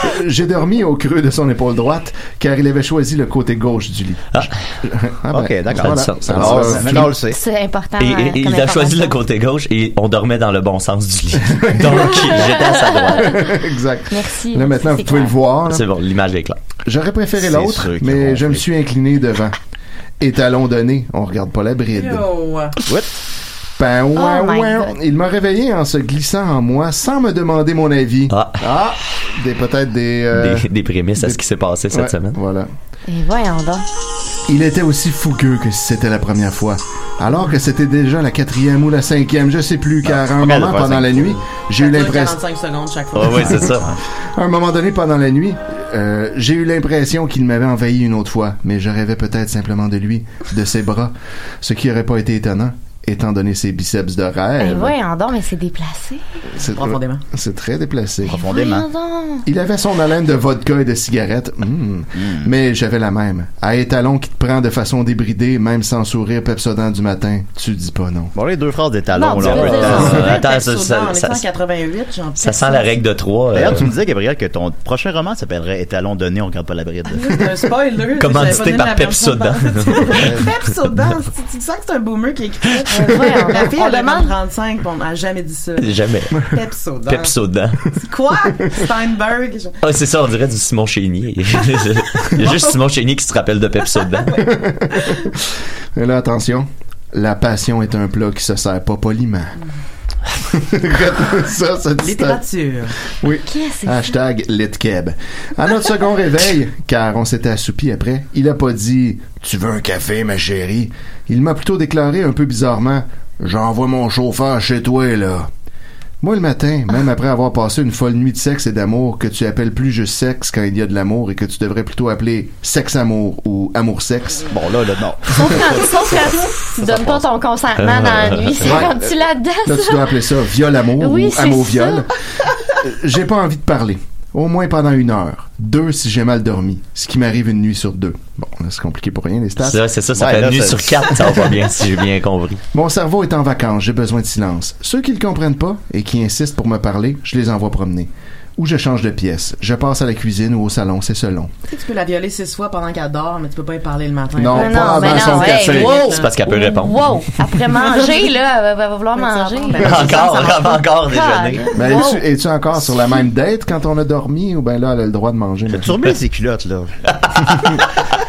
[SPEAKER 5] Euh, J'ai dormi au creux de son épaule droite, car il avait choisi le côté gauche du lit. Ah,
[SPEAKER 3] Ok, d'accord.
[SPEAKER 5] Voilà.
[SPEAKER 4] Ça a du sens, ça a du
[SPEAKER 5] Alors,
[SPEAKER 4] sens.
[SPEAKER 5] euh,
[SPEAKER 4] Maintenant, on le
[SPEAKER 3] sait.
[SPEAKER 8] C'est important.
[SPEAKER 4] Et, et-
[SPEAKER 8] euh,
[SPEAKER 4] et
[SPEAKER 8] comme
[SPEAKER 4] il a choisi le
[SPEAKER 8] information.
[SPEAKER 4] côté gauche et on dormait dans le bon sens du lit. Donc, j'étais à sa droite.
[SPEAKER 5] exact.
[SPEAKER 8] Merci.
[SPEAKER 5] Là, maintenant, vous
[SPEAKER 8] C'est
[SPEAKER 5] pouvez le
[SPEAKER 8] clair.
[SPEAKER 5] voir. là.
[SPEAKER 4] C'est bon, l'image est claire.
[SPEAKER 5] J'aurais préféré
[SPEAKER 4] C'est
[SPEAKER 5] l'autre,
[SPEAKER 4] sûr qu'ils
[SPEAKER 5] mais je me suis incliné devant. Étalon donné, on regarde pas la bride. Ben, ouais,
[SPEAKER 8] Oh
[SPEAKER 7] my
[SPEAKER 5] ouais.
[SPEAKER 7] God.
[SPEAKER 5] Il m'a réveillé en se glissant en moi sans me demander mon avis. Ah, des peut-être des, euh,
[SPEAKER 4] Des, des prémices à ce qui s'est passé cette
[SPEAKER 5] Ouais,
[SPEAKER 4] semaine.
[SPEAKER 5] Voilà.
[SPEAKER 8] Et voyons donc.
[SPEAKER 5] Il était aussi fougueux que si c'était la première fois. Alors que c'était déjà la quatrième ou la cinquième, je sais plus, car à un
[SPEAKER 3] pas mal
[SPEAKER 5] moment
[SPEAKER 3] de faire
[SPEAKER 5] pendant
[SPEAKER 3] cinq
[SPEAKER 5] la
[SPEAKER 3] fois.
[SPEAKER 5] nuit, j'ai eu l'impression...
[SPEAKER 7] 45 secondes chaque
[SPEAKER 4] Ah
[SPEAKER 7] fois.
[SPEAKER 5] À un moment donné, pendant la nuit, euh, j'ai eu l'impression qu'il m'avait envahi une autre fois, mais je rêvais peut-être simplement de lui, de ses bras, ce qui aurait pas été étonnant, étant donné ses biceps de
[SPEAKER 8] Et
[SPEAKER 5] rêve.
[SPEAKER 8] voyons donc, mais c'est déplacé.
[SPEAKER 5] C'est-
[SPEAKER 7] Profondément.
[SPEAKER 5] C'est très déplacé.
[SPEAKER 8] Voyons donc.
[SPEAKER 5] Il avait son haleine de vodka et de cigarette, mm. mais j'avais la même. À étalon qui te prend de façon débridée, même sans sourire pepsodent du matin, tu dis pas non.
[SPEAKER 3] Bon, les deux phrases d'étalon,
[SPEAKER 7] Non,
[SPEAKER 3] là.
[SPEAKER 7] tu
[SPEAKER 3] on
[SPEAKER 7] veux
[SPEAKER 3] va-
[SPEAKER 7] dire,
[SPEAKER 3] Ah,
[SPEAKER 7] c'est vrai,
[SPEAKER 3] attends,
[SPEAKER 7] Texas
[SPEAKER 3] ça-
[SPEAKER 7] Soudan, en
[SPEAKER 3] ça-
[SPEAKER 7] 1988, j'en
[SPEAKER 4] Ça sent la règle de trois.
[SPEAKER 3] D'ailleurs,
[SPEAKER 4] euh,
[SPEAKER 3] tu me disais, Gabriel, que ton prochain roman s'appellerait Étalon donné, on regarde pas la bride.
[SPEAKER 7] C'est un spoiler.
[SPEAKER 3] Commandité par Pepsodent.
[SPEAKER 7] Pepsodent. hein. Pepsodent, c'est- tu sens que c'est un boomer qui écrit. ça?
[SPEAKER 8] Ouais, Euh, voyons
[SPEAKER 7] La
[SPEAKER 8] donc.
[SPEAKER 7] fille,
[SPEAKER 8] On
[SPEAKER 7] elle a
[SPEAKER 8] demande-
[SPEAKER 7] 35, on n'a jamais dit ça.
[SPEAKER 4] Jamais.
[SPEAKER 7] Pepsodent.
[SPEAKER 4] Pepsodent.
[SPEAKER 7] Quoi? Steinberg. je-
[SPEAKER 4] Ah, c'est ça, on dirait du Simon Chénier. Il y a juste Simon Chénier qui se rappelle de Pepsodent.
[SPEAKER 5] Mais là, attention, la passion est un plat qui se sert pas poliment. Retenez ça, cette citation.
[SPEAKER 7] Littérature.
[SPEAKER 5] Oui.
[SPEAKER 8] Qu'est-ce que c'est?
[SPEAKER 5] Hashtag litkeb. À notre second réveil, car on s'était assoupi après, il a pas dit Tu veux un café, ma chérie Il m'a plutôt déclaré un peu bizarrement J'envoie mon chauffeur chez toi, là. Moi, le matin, même après avoir passé une folle nuit de sexe et d'amour que tu appelles plus juste sexe quand il y a de l'amour et que tu devrais plutôt appeler sexe-amour ou amour-sexe.
[SPEAKER 3] Bon, là, là, non.
[SPEAKER 8] Sauf quand, sauf quand tu donnes pas ton consentement dans la nuit. C'est
[SPEAKER 5] Ouais.
[SPEAKER 8] quand tu la
[SPEAKER 5] Là, tu dois
[SPEAKER 8] danses.
[SPEAKER 5] appeler ça viol amour
[SPEAKER 8] Oui,
[SPEAKER 5] ou
[SPEAKER 8] c'est
[SPEAKER 5] amour
[SPEAKER 8] ça.
[SPEAKER 5] viol. Euh, J'ai pas envie de parler. Au moins pendant une heure. Deux si j'ai mal dormi. Ce qui m'arrive une nuit sur deux. Bon, là, c'est compliqué pour rien, les stats.
[SPEAKER 4] C'est ça, c'est ça, ça
[SPEAKER 3] Ouais,
[SPEAKER 4] fait
[SPEAKER 3] là,
[SPEAKER 4] une nuit
[SPEAKER 3] ça-
[SPEAKER 4] sur quatre, ça va pas bien, si j'ai bien compris.
[SPEAKER 5] Mon cerveau est en vacances, j'ai besoin de silence. Ceux qui le comprennent pas et qui insistent pour me parler, je les envoie promener. Ou je change de pièce. Je passe à la cuisine ou au salon, c'est selon.
[SPEAKER 7] Tu sais, tu peux la violer six fois pendant qu'elle dort, mais tu peux pas y parler le matin.
[SPEAKER 5] Non,
[SPEAKER 8] Non,
[SPEAKER 5] pas
[SPEAKER 8] non,
[SPEAKER 5] avant
[SPEAKER 8] ben
[SPEAKER 5] son
[SPEAKER 8] non, hey,
[SPEAKER 5] café.
[SPEAKER 8] wow.
[SPEAKER 4] C'est parce qu'elle peut répondre.
[SPEAKER 8] Wow! Après manger, là, elle va- elle va vouloir manger.
[SPEAKER 4] Encore, encore déjeuner.
[SPEAKER 5] Ben,
[SPEAKER 8] Wow.
[SPEAKER 5] es-tu, es-tu encore sur la même date quand on a dormi ou ben là, elle a le droit de manger? maintenant?
[SPEAKER 3] Tu remets ses culottes, là.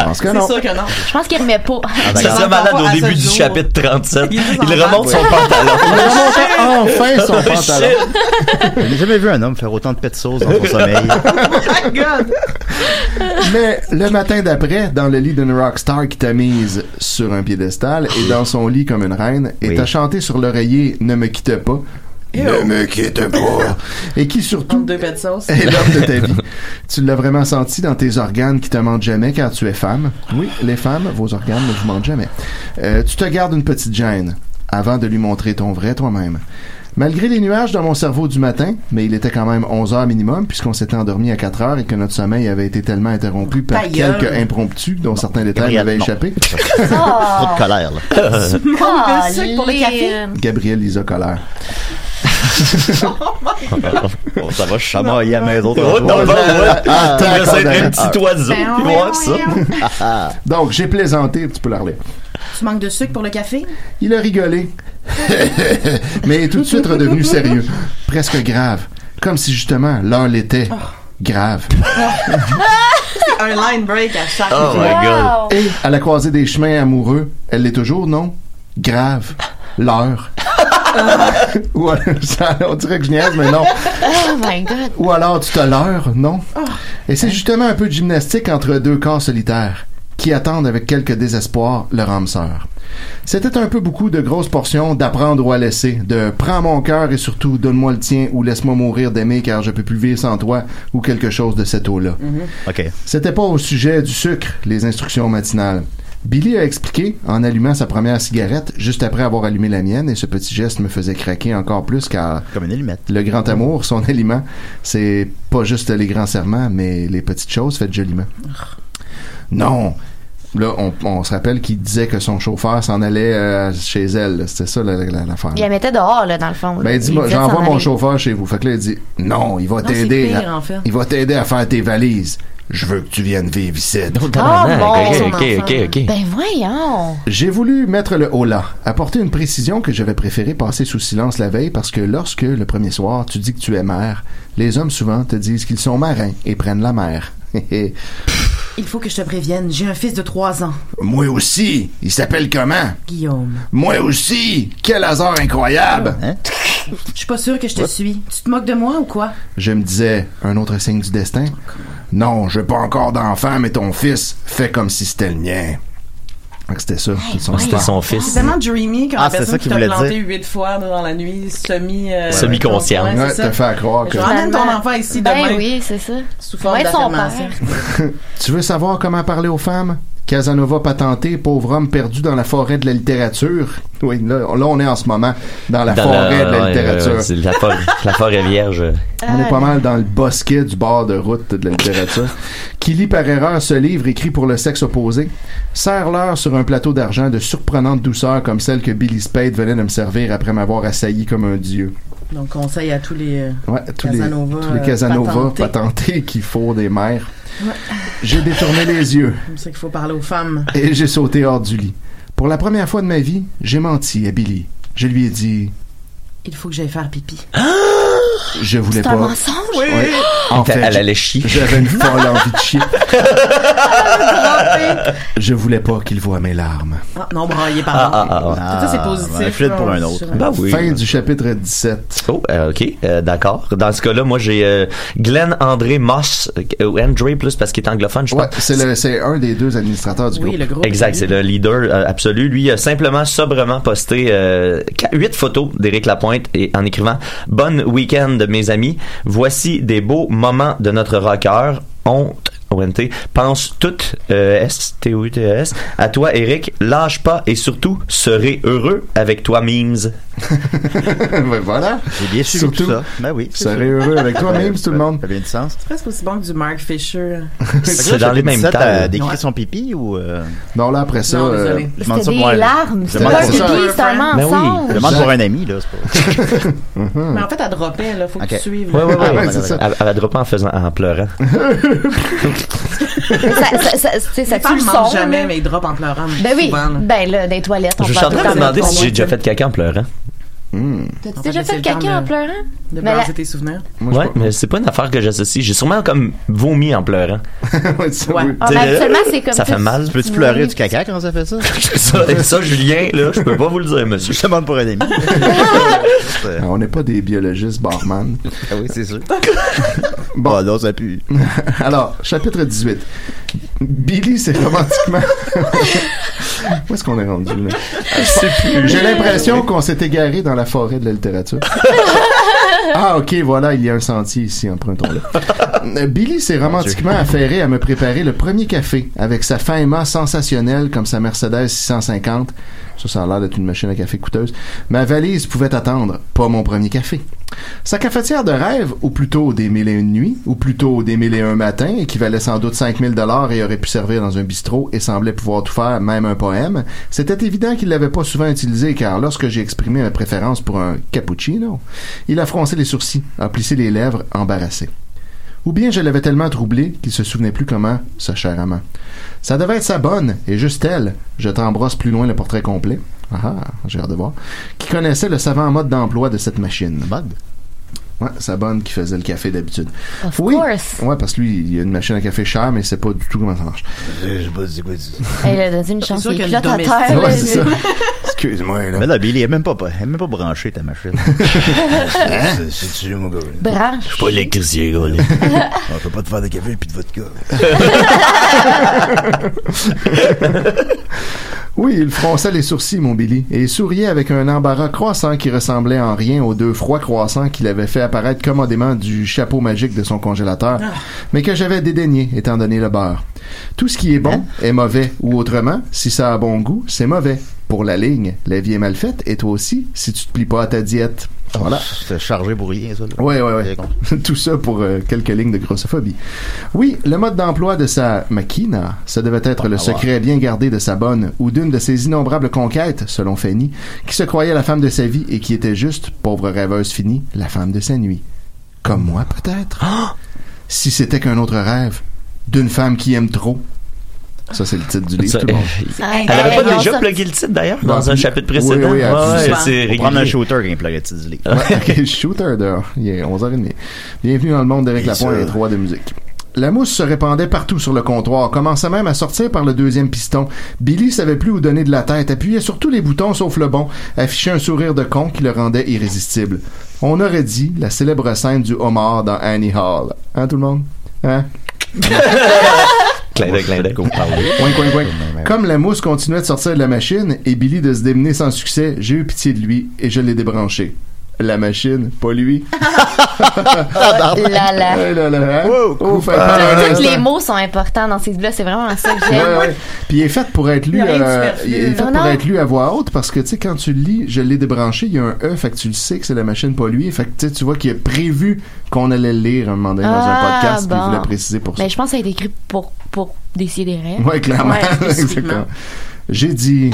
[SPEAKER 5] Je pense que
[SPEAKER 7] C'est
[SPEAKER 5] non.
[SPEAKER 7] sûr que non.
[SPEAKER 8] Je pense qu'il remet pas.
[SPEAKER 4] C'est Ah, ben, ça malade
[SPEAKER 7] Encore
[SPEAKER 4] au
[SPEAKER 7] à
[SPEAKER 4] début
[SPEAKER 7] ce
[SPEAKER 4] du
[SPEAKER 7] jour.
[SPEAKER 4] chapitre 37.
[SPEAKER 7] Il est juste
[SPEAKER 4] Il
[SPEAKER 7] en
[SPEAKER 4] remonte son pantalon.
[SPEAKER 5] Il a remonté enfin son
[SPEAKER 4] Oh,
[SPEAKER 5] pantalon.
[SPEAKER 4] shit.
[SPEAKER 3] Je n'ai jamais vu un homme faire autant de pets de sauce dans son sommeil.
[SPEAKER 7] My God!
[SPEAKER 5] Mais le matin d'après, dans le lit d'une rockstar qui t'a mise sur un piédestal et dans son lit comme une reine, et
[SPEAKER 3] Oui.
[SPEAKER 5] t'a chanté sur l'oreiller Ne me quitte pas. Ne me quitte pas. Et qui surtout
[SPEAKER 7] Entre deux pets de sauce.
[SPEAKER 5] est l'homme de ta vie. Tu l'as vraiment senti dans tes organes qui te mentent jamais car tu es femme. Oui, les femmes, vos organes ne vous mentent jamais. Euh, tu te gardes une petite gêne avant de lui montrer ton vrai toi-même. Malgré les nuages dans mon cerveau du matin, mais il était quand même 11 heures minimum puisqu'on s'était endormi à 4 heures et que notre sommeil avait été tellement interrompu par
[SPEAKER 7] Ta gueule.
[SPEAKER 5] quelques impromptus dont certains détails
[SPEAKER 3] Gabriel,
[SPEAKER 5] m'avaient
[SPEAKER 3] non.
[SPEAKER 5] échappé.
[SPEAKER 3] Trop de colère, là.
[SPEAKER 7] Comme le sucre pour le
[SPEAKER 8] euh,
[SPEAKER 7] café.
[SPEAKER 5] Gabriel Lisa Colère.
[SPEAKER 3] Bon, ça va chamailler à la maison.
[SPEAKER 4] Oh, non, non, ouais.
[SPEAKER 5] Ah,
[SPEAKER 4] Il
[SPEAKER 5] attends,
[SPEAKER 4] reste un
[SPEAKER 5] attends.
[SPEAKER 4] petit oiseau.
[SPEAKER 7] Ben,
[SPEAKER 4] Il
[SPEAKER 7] ouais,
[SPEAKER 4] voit ça.
[SPEAKER 7] ouais.
[SPEAKER 5] Donc, j'ai plaisanté, tu peux la relire.
[SPEAKER 7] Tu manques de sucre pour le café?
[SPEAKER 5] Il a rigolé, mais est tout de suite redevenu sérieux, presque grave, comme si justement l'heure l'était. grave.
[SPEAKER 7] C'est Ah. un line break à chaque
[SPEAKER 5] Oh
[SPEAKER 7] fois.
[SPEAKER 5] my God. Et à la croisée des chemins amoureux, elle l'est toujours, non? Grave. L'heure.
[SPEAKER 7] Ah.
[SPEAKER 5] Ou alors- ça- on dirait que je niaise, mais non.
[SPEAKER 8] Oh my god.
[SPEAKER 5] Ou alors tu te leurres, non? Et c'est justement un peu de gymnastique entre deux corps solitaires qui attendent avec quelque désespoir leur âme sœur. C'était un peu beaucoup de grosses portions d'apprendre ou à laisser, de prends mon cœur et surtout donne-moi le tien ou laisse-moi mourir d'aimer car je peux plus vivre sans toi ou quelque chose de cet eau-là.
[SPEAKER 3] OK.
[SPEAKER 5] C'était pas au sujet du sucre, les instructions matinales. Billy a expliqué, en allumant sa première cigarette, juste après avoir allumé la mienne, et ce petit geste me faisait craquer encore plus car.
[SPEAKER 3] Comme une allumette.
[SPEAKER 5] Le grand amour, son aliment, c'est pas juste les grands serments, mais les petites choses faites joliment. Non! Là, on, on se rappelle qu'il disait que son chauffeur s'en allait euh, chez elle. là. C'était ça la- la- l'affaire.
[SPEAKER 8] Il la mettait dehors, là, dans le fond. là.
[SPEAKER 5] Ben,
[SPEAKER 8] Il
[SPEAKER 5] dis-moi,
[SPEAKER 8] disait de
[SPEAKER 5] j'envoie
[SPEAKER 8] s'en
[SPEAKER 5] mon
[SPEAKER 8] aller.
[SPEAKER 5] chauffeur chez vous. Fait que là, il dit, non, il va
[SPEAKER 8] Non, c'est
[SPEAKER 5] t'aider.
[SPEAKER 8] pire,
[SPEAKER 5] à-
[SPEAKER 8] en fait.
[SPEAKER 5] Il va t'aider à faire tes valises. Je veux que tu viennes vivre ici.
[SPEAKER 8] Ah, bon, son enfant. Ben voyons.
[SPEAKER 5] J'ai voulu mettre le hola, apporter une précision que j'avais préféré passer sous silence la veille parce que lorsque, le premier soir, tu dis que tu es mère, les hommes souvent te disent qu'ils sont marins et prennent la mer. Hé, hé.
[SPEAKER 7] Il faut que je te prévienne, j'ai un fils de 3 ans,
[SPEAKER 5] Moi aussi, il s'appelle comment?
[SPEAKER 7] Guillaume.
[SPEAKER 5] Moi aussi! Quel hasard incroyable!
[SPEAKER 3] Hein?
[SPEAKER 7] Je suis pas sûre que je te suis. Tu te moques de moi ou quoi?
[SPEAKER 5] Je me disais, un autre signe du destin? Non, je n'ai pas encore d'enfant, mais ton fils fait comme si c'était le mien. Fait que C'était ça, son
[SPEAKER 4] c'était
[SPEAKER 5] histoire.
[SPEAKER 4] son
[SPEAKER 7] C'est tellement dreamy quand
[SPEAKER 5] Ah,
[SPEAKER 7] la
[SPEAKER 5] c'est ça
[SPEAKER 7] personne qui
[SPEAKER 5] qu'il
[SPEAKER 7] t'a
[SPEAKER 5] voulait
[SPEAKER 7] planté
[SPEAKER 5] dire.
[SPEAKER 7] huit fois dans la nuit, semi... euh,
[SPEAKER 5] Semi-consciente.
[SPEAKER 7] c'est
[SPEAKER 5] Ouais,
[SPEAKER 7] ça.
[SPEAKER 5] t'as fait à croire que-
[SPEAKER 7] Je ramène ton
[SPEAKER 8] Finalement.
[SPEAKER 7] enfant ici
[SPEAKER 8] Ben
[SPEAKER 7] demain.
[SPEAKER 8] oui, c'est ça.
[SPEAKER 7] Sous forme
[SPEAKER 8] Ouais, son
[SPEAKER 7] d'affirmation.
[SPEAKER 5] Tu veux savoir comment parler aux femmes? Casanova patenté, pauvre homme perdu dans la forêt de la littérature. Oui, là, là, on est en ce moment dans la
[SPEAKER 4] Dans
[SPEAKER 5] forêt de la
[SPEAKER 4] ouais,
[SPEAKER 5] littérature.
[SPEAKER 4] ouais, ouais, c'est la, forêt, la forêt vierge.
[SPEAKER 5] On
[SPEAKER 7] Ah,
[SPEAKER 5] est pas mal dans le bosquet du bord de route de la littérature. Qui lit par erreur ce livre écrit pour le sexe opposé, serre-leur sur un plateau d'argent de surprenante douceur comme celle que Billy Spade venait de me servir après m'avoir assailli comme un dieu.
[SPEAKER 7] Donc, conseil à tous les, euh,
[SPEAKER 5] Ouais, tous les,
[SPEAKER 7] Casanova,
[SPEAKER 5] tous les
[SPEAKER 7] euh,
[SPEAKER 5] Casanova
[SPEAKER 7] patentés.
[SPEAKER 5] patentés qui font des mères.
[SPEAKER 7] Ouais.
[SPEAKER 5] J'ai détourné les yeux.
[SPEAKER 7] Comme ça qu'il faut parler aux femmes.
[SPEAKER 5] Et j'ai sauté hors du lit. Pour la première fois de ma vie, j'ai menti à Billy. Je lui ai dit,
[SPEAKER 7] Il faut que j'aille faire pipi.
[SPEAKER 5] je voulais
[SPEAKER 7] C'est
[SPEAKER 5] pas.
[SPEAKER 7] un mensonge? Oui.
[SPEAKER 5] Ouais. En fait,
[SPEAKER 4] Elle allait
[SPEAKER 5] chier. J'avais une folle envie de chier. je voulais pas qu'il voie mes larmes.
[SPEAKER 7] Ah, non, brailler, pardon. Tout ça,
[SPEAKER 3] Ah,
[SPEAKER 7] c'est positif. là, sur-
[SPEAKER 4] ah. Bah oui.
[SPEAKER 5] Ah. Fin du chapitre 17.
[SPEAKER 4] Oh, euh, ok, euh, d'accord. Dans ce cas-là, moi j'ai euh, Glenn André Moss, euh, ou André plus parce qu'il est anglophone, je pense.
[SPEAKER 5] Ah, C'est le- c'est un des deux administrateurs du groupe.
[SPEAKER 4] Exact, c'est le leader euh, absolu. Lui a simplement sobrement posté euh, qu- huit photos d'Éric Lapointe et en écrivant Bonne week-end mes amis. Voici des beaux moments de notre rocker. Honte. ONT, pense toutes, euh, S, T, O, U, T, E, S, à toi, Eric, lâche pas et surtout, serez heureux avec toi, memes.
[SPEAKER 5] ben voilà.
[SPEAKER 3] J'ai bien suivi
[SPEAKER 4] Surtout,
[SPEAKER 3] tout ça. Ben oui. c'est
[SPEAKER 4] serez
[SPEAKER 3] sûr.
[SPEAKER 4] heureux avec toi,
[SPEAKER 3] Ben,
[SPEAKER 4] Mims, tout le
[SPEAKER 3] ben, Ça a bien du sens.
[SPEAKER 7] C'est presque aussi bon que du Mark Fisher.
[SPEAKER 4] Ah,
[SPEAKER 3] Fait que là, chapitre 17,
[SPEAKER 4] euh,
[SPEAKER 3] t'as euh,
[SPEAKER 4] Ben
[SPEAKER 3] décrit
[SPEAKER 7] Ouais.
[SPEAKER 3] son pipi ou. euh,
[SPEAKER 5] Non, là, après ça.
[SPEAKER 3] Non,
[SPEAKER 5] euh,
[SPEAKER 3] désolé.
[SPEAKER 5] je
[SPEAKER 3] C'était
[SPEAKER 5] demande ça
[SPEAKER 3] des
[SPEAKER 5] pour un-
[SPEAKER 8] larmes,
[SPEAKER 5] je
[SPEAKER 8] c'est
[SPEAKER 5] demande
[SPEAKER 8] pas
[SPEAKER 5] ça
[SPEAKER 8] un
[SPEAKER 5] pour
[SPEAKER 8] pipi,
[SPEAKER 5] un-
[SPEAKER 8] c'est un
[SPEAKER 5] Ben oui,
[SPEAKER 8] mensonge.
[SPEAKER 3] Je demande pour un ami, là. c'est pas-
[SPEAKER 7] Mais en fait, elle dropait, là. Faut que
[SPEAKER 4] Ok.
[SPEAKER 7] tu suives.
[SPEAKER 4] Ouais,
[SPEAKER 7] là.
[SPEAKER 4] ouais, ouais. Elle, elle a droppé en faisant, en pleurant.
[SPEAKER 8] ça, ça, ça, c'est- ça
[SPEAKER 7] Les
[SPEAKER 8] tue
[SPEAKER 7] femmes
[SPEAKER 8] le son.
[SPEAKER 7] mangent jamais,
[SPEAKER 8] là.
[SPEAKER 7] mais ils drop en pleurant.
[SPEAKER 8] Ben oui.
[SPEAKER 7] souvent, là.
[SPEAKER 8] Ben là, des toilettes. on
[SPEAKER 4] Je suis en
[SPEAKER 8] parle
[SPEAKER 4] train de
[SPEAKER 8] tout
[SPEAKER 4] me
[SPEAKER 8] le temps
[SPEAKER 4] demander
[SPEAKER 8] dans
[SPEAKER 4] si
[SPEAKER 8] le
[SPEAKER 4] j'ai déjà
[SPEAKER 8] toilette.
[SPEAKER 4] fait caca en pleurant.
[SPEAKER 8] T'as-tu
[SPEAKER 7] On
[SPEAKER 8] déjà
[SPEAKER 7] va
[SPEAKER 8] fait
[SPEAKER 7] laisser le
[SPEAKER 8] quelqu'un en
[SPEAKER 7] temps de-
[SPEAKER 8] pleurant?
[SPEAKER 7] De
[SPEAKER 8] Mais
[SPEAKER 7] balancer
[SPEAKER 8] la-
[SPEAKER 7] tes souvenirs.
[SPEAKER 4] ouais, mais c'est pas une affaire que j'associe. J'ai sûrement comme vomi en pleurant. euh,
[SPEAKER 7] Ouais.
[SPEAKER 8] Ah, ben, habituellement, c'est comme ça.
[SPEAKER 4] ça fait mal.
[SPEAKER 8] Peux-tu Oui. pleurer du
[SPEAKER 4] caca
[SPEAKER 3] quand ça fait ça?
[SPEAKER 4] ça, ça, Julien, là, je peux pas vous le dire, monsieur. Je
[SPEAKER 3] demande pour un ami.
[SPEAKER 5] Ah, On n'est pas des biologistes barman.
[SPEAKER 3] Ah oui, c'est sûr. Bon, non, ça pue.
[SPEAKER 5] Alors, chapitre 18. Billy, c'est romantiquement. Où est-ce qu'on est rendu là?
[SPEAKER 3] plus.
[SPEAKER 5] J'ai l'impression qu'on s'est égaré dans la forêt de la littérature. Ah, ok, voilà, il y a un sentier ici, empruntons-le. Euh, Billy s'est romantiquement affairé à me préparer le premier café avec sa fin aimant sensationnelle comme sa Mercedes 650. Ça, ça a l'air d'être une machine à café coûteuse. Ma valise pouvait attendre, pas mon premier café. Sa cafetière de rêve, ou plutôt des mille et une nuits, ou plutôt des mille et un matins, équivalait sans doute 5000 dollars et aurait pu servir dans un bistrot et semblait pouvoir tout faire, même un poème. C'était évident qu'il l'avait pas souvent utilisé car lorsque j'ai exprimé ma préférence pour un cappuccino, il a froncé les sourcils, a plissé les lèvres, embarrassé. Ou bien je l'avais tellement troublé qu'il se souvenait plus comment, sa chère amant. Ça devait être sa bonne, et juste elle. Je t'embrasse plus loin le portrait complet. Ah ah, j'ai hâte de voir. Qui connaissait le savant mode d'emploi de cette machine. Mode? Ouais, sa bonne qui faisait le café d'habitude.
[SPEAKER 8] Of
[SPEAKER 5] oui.
[SPEAKER 8] course.
[SPEAKER 5] Ouais, parce que lui, il a une machine à café chère, mais c'est pas du tout comment ça marche.
[SPEAKER 3] Je sais pas c'est quoi ça.
[SPEAKER 8] Elle a donné une chance.
[SPEAKER 7] sûr
[SPEAKER 8] Il
[SPEAKER 7] qu'il
[SPEAKER 8] est
[SPEAKER 7] y a une
[SPEAKER 8] pilote à terre.
[SPEAKER 5] Ouais,
[SPEAKER 8] là.
[SPEAKER 5] c'est ça. Excuse-moi, là.
[SPEAKER 3] Mais là, Billy, elle est même pas, elle est même pas branchée, ta machine.
[SPEAKER 4] Hein?
[SPEAKER 3] C'est- C'est tu mon gars.
[SPEAKER 8] Branche.
[SPEAKER 3] suis pas électricien, gars. là. On peut pas te faire de café puis de vodka.
[SPEAKER 5] Oui, il fronça les sourcils, mon Billy, et souriait avec un embarras croissant qui ressemblait en rien aux deux froids croissants qu'il avait fait apparaître commodément du chapeau magique de son congélateur, mais que j'avais dédaigné, étant donné le beurre. Tout ce qui est bon est mauvais, ou autrement, si ça a bon goût, c'est mauvais. Pour la ligne, la vie est mal faite, et toi aussi, si tu te plies pas à ta diète. Voilà.
[SPEAKER 3] C'est chargé pour rien, ça. là.
[SPEAKER 5] Ouais, ouais, ouais.
[SPEAKER 3] C'est con.
[SPEAKER 5] Tout ça pour euh, quelques lignes de grossophobie. Oui, le mode d'emploi de sa machina, ça devait être le secret bien gardé de sa bonne ou d'une de ses innombrables conquêtes, selon Fanny, qui se croyait la femme de sa vie et qui était juste, pauvre rêveuse finie, la femme de sa nuit. Comme moi, peut-être. si c'était qu'un autre rêve, d'une femme qui aime trop. Ça, c'est le titre du livre,
[SPEAKER 4] Ça- eh,
[SPEAKER 5] tout le monde.
[SPEAKER 8] Hey,
[SPEAKER 4] Elle avait
[SPEAKER 8] hey,
[SPEAKER 4] pas
[SPEAKER 8] on
[SPEAKER 4] déjà
[SPEAKER 8] sort-
[SPEAKER 4] plugué le titre d'ailleurs
[SPEAKER 5] Bah,
[SPEAKER 4] dans un
[SPEAKER 5] oui,
[SPEAKER 4] chapitre
[SPEAKER 5] oui,
[SPEAKER 4] précédent.
[SPEAKER 5] oui,
[SPEAKER 4] Ouais, ouais,
[SPEAKER 5] absolument.
[SPEAKER 4] c'est
[SPEAKER 3] Faut prendre un
[SPEAKER 4] régulier.
[SPEAKER 3] shooter qui est plug à Tisley.
[SPEAKER 5] Ouais, ok, shooter dehors. Il est 11h30. Bienvenue dans le monde d'Éric
[SPEAKER 3] Bien
[SPEAKER 5] Lapointe
[SPEAKER 3] sûr.
[SPEAKER 5] et 3 de musique. La mousse se répandait partout sur le comptoir, commençait même à sortir par le deuxième piston. Billy savait plus où donner de la tête, appuyait sur tous les boutons sauf le bon, affichait un sourire de con qui le rendait irrésistible. On aurait dit la célèbre scène du homard dans Annie Hall. Hein, tout le monde? Hein?
[SPEAKER 4] Clin d'œil, clin d'œil.
[SPEAKER 5] Coin, coin, coin. Comme la mousse continuait de sortir de la machine et Billy de se démener sans succès, j'ai eu pitié de lui et je l'ai débranché. La machine, pas lui.
[SPEAKER 8] Oh là là.
[SPEAKER 5] Hey, là, là, hein?
[SPEAKER 3] Wow,
[SPEAKER 5] Oh, fait-
[SPEAKER 8] Tous Ah, les
[SPEAKER 5] euh,
[SPEAKER 8] mots sont importants dans ces blogs, c'est vraiment ça que
[SPEAKER 5] Ouais,
[SPEAKER 8] j'aime.
[SPEAKER 5] ouais. Puis il est fait pour être
[SPEAKER 7] Il
[SPEAKER 5] lu,
[SPEAKER 7] y a rien de
[SPEAKER 5] euh,
[SPEAKER 7] superflu.
[SPEAKER 5] il est fait
[SPEAKER 8] Non,
[SPEAKER 5] pour
[SPEAKER 8] non.
[SPEAKER 5] être lu à voix haute parce que tu sais quand tu le lis, je l'ai débranché, il y a un E, fait que tu le sais que c'est la machine pas lui, fait que tu sais, tu vois qu'il a prévu qu'on allait le lire un moment donné dans
[SPEAKER 8] Ah,
[SPEAKER 5] un podcast, puis il
[SPEAKER 8] bon.
[SPEAKER 5] voulait préciser pour ça.
[SPEAKER 8] Mais Ben, je pense que ça a été écrit pour, pour décider des rêves.
[SPEAKER 5] Ouais, clairement,
[SPEAKER 7] Ouais, spécifiquement.
[SPEAKER 5] exactement. J'ai dit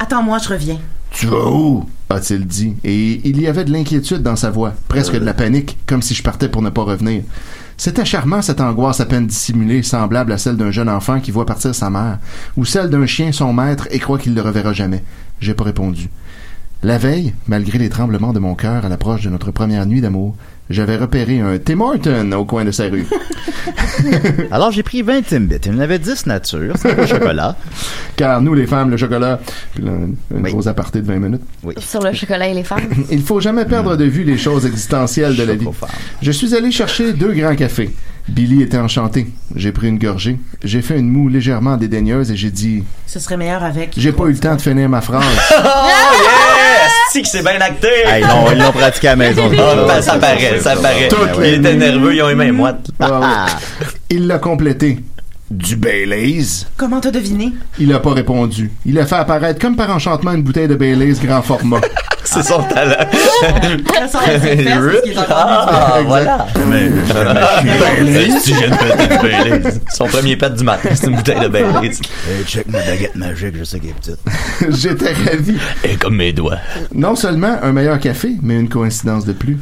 [SPEAKER 7] Attends-moi, je reviens.
[SPEAKER 5] Tu vas où a-t-il dit, et il y avait de l'inquiétude dans sa voix, presque de la panique, comme si je partais pour ne pas revenir. C'était charmant cette angoisse à peine dissimulée, semblable à celle d'un jeune enfant qui voit partir sa mère, ou celle d'un chien son maître et croit qu'il ne le reverra jamais. J'ai pas répondu. La veille, malgré les tremblements de mon cœur à l'approche de notre première nuit d'amour, j'avais repéré un Tim Horton au coin de sa rue,
[SPEAKER 3] Alors, j'ai pris 20 Timbits. Il y en avait 10 nature. C'était pas chocolat.
[SPEAKER 5] car nous les femmes, le chocolat, puis là, un, un
[SPEAKER 3] Oui.
[SPEAKER 5] gros aparté de 20 minutes.
[SPEAKER 3] Oui.
[SPEAKER 8] Sur le chocolat et les femmes.
[SPEAKER 5] Il faut jamais perdre de vue les choses existentielles de la vie.
[SPEAKER 3] Chocofemme.
[SPEAKER 5] Je suis allé chercher deux grands cafés. Billy était enchanté. J'ai pris une gorgée. J'ai fait une moue légèrement dédaigneuse et j'ai dit
[SPEAKER 7] Ce serait meilleur avec.
[SPEAKER 5] J'ai pas eu le temps de finir ma phrase.
[SPEAKER 4] Si que c'est bien acté.
[SPEAKER 3] Hey, ils l'ont- ils l'ont pratiqué à la maison.
[SPEAKER 4] Ah, ben, ça paraît, ça paraît.
[SPEAKER 5] Toutes les
[SPEAKER 4] Ils étaient
[SPEAKER 5] nuits.
[SPEAKER 4] nerveux, ils ont eu main moite.
[SPEAKER 5] Ah ouais. Il l'a complété. Du Baileys
[SPEAKER 7] Comment t'as deviné?
[SPEAKER 5] Il a pas répondu. Il a fait apparaître comme par enchantement une bouteille de Baileys grand format.
[SPEAKER 4] C'est son talent.
[SPEAKER 7] Ça serait ses fesses, ce qui est encore mieux.
[SPEAKER 4] Ah, voilà.
[SPEAKER 3] Si j'ai une petite Baileys.
[SPEAKER 4] Son premier pet du matin, c'est une bouteille de Baileys.
[SPEAKER 3] Hey, check ma baguette magique, je sais qu'elle est petite.
[SPEAKER 5] J'étais ravi.
[SPEAKER 4] Et comme mes doigts.
[SPEAKER 5] Non seulement un meilleur café, mais une coïncidence de plus.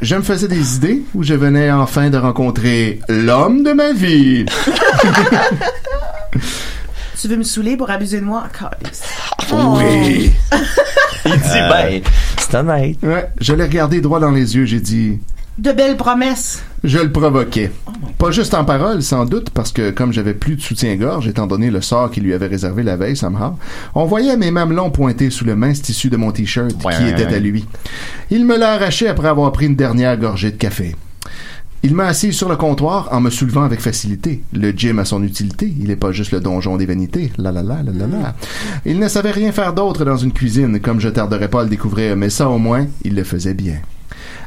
[SPEAKER 5] Je me faisais des idées où je venais enfin de rencontrer l'homme de ma vie.
[SPEAKER 7] Tu veux me saouler pour abuser de moi? Calisse.
[SPEAKER 5] Oui.
[SPEAKER 4] Il dit,
[SPEAKER 3] Euh,
[SPEAKER 4] ben, c'est honnête.
[SPEAKER 5] Ouais, je l'ai regardé droit dans les yeux, j'ai dit
[SPEAKER 7] De belles promesses.
[SPEAKER 5] je le provoquais. Pas juste en parole, sans doute, parce que comme j'avais plus de soutien-gorge, étant donné le sort qu'il lui avait réservé la veille, somehow, on voyait mes mamelons pointer sous le mince tissu de mon t-shirt
[SPEAKER 3] Ouais,
[SPEAKER 5] qui
[SPEAKER 3] ouais,
[SPEAKER 5] était
[SPEAKER 3] ouais.
[SPEAKER 5] à lui. Il me l'a arraché après avoir pris une dernière gorgée de café. Il m'a assis sur le comptoir en me soulevant avec facilité. Le gym a son utilité. Il n'est pas juste le donjon des vanités. La la la la la
[SPEAKER 7] Mm.
[SPEAKER 5] la. Il ne savait rien faire d'autre dans une cuisine, comme je tarderais pas à le découvrir, mais ça au moins, il le faisait bien.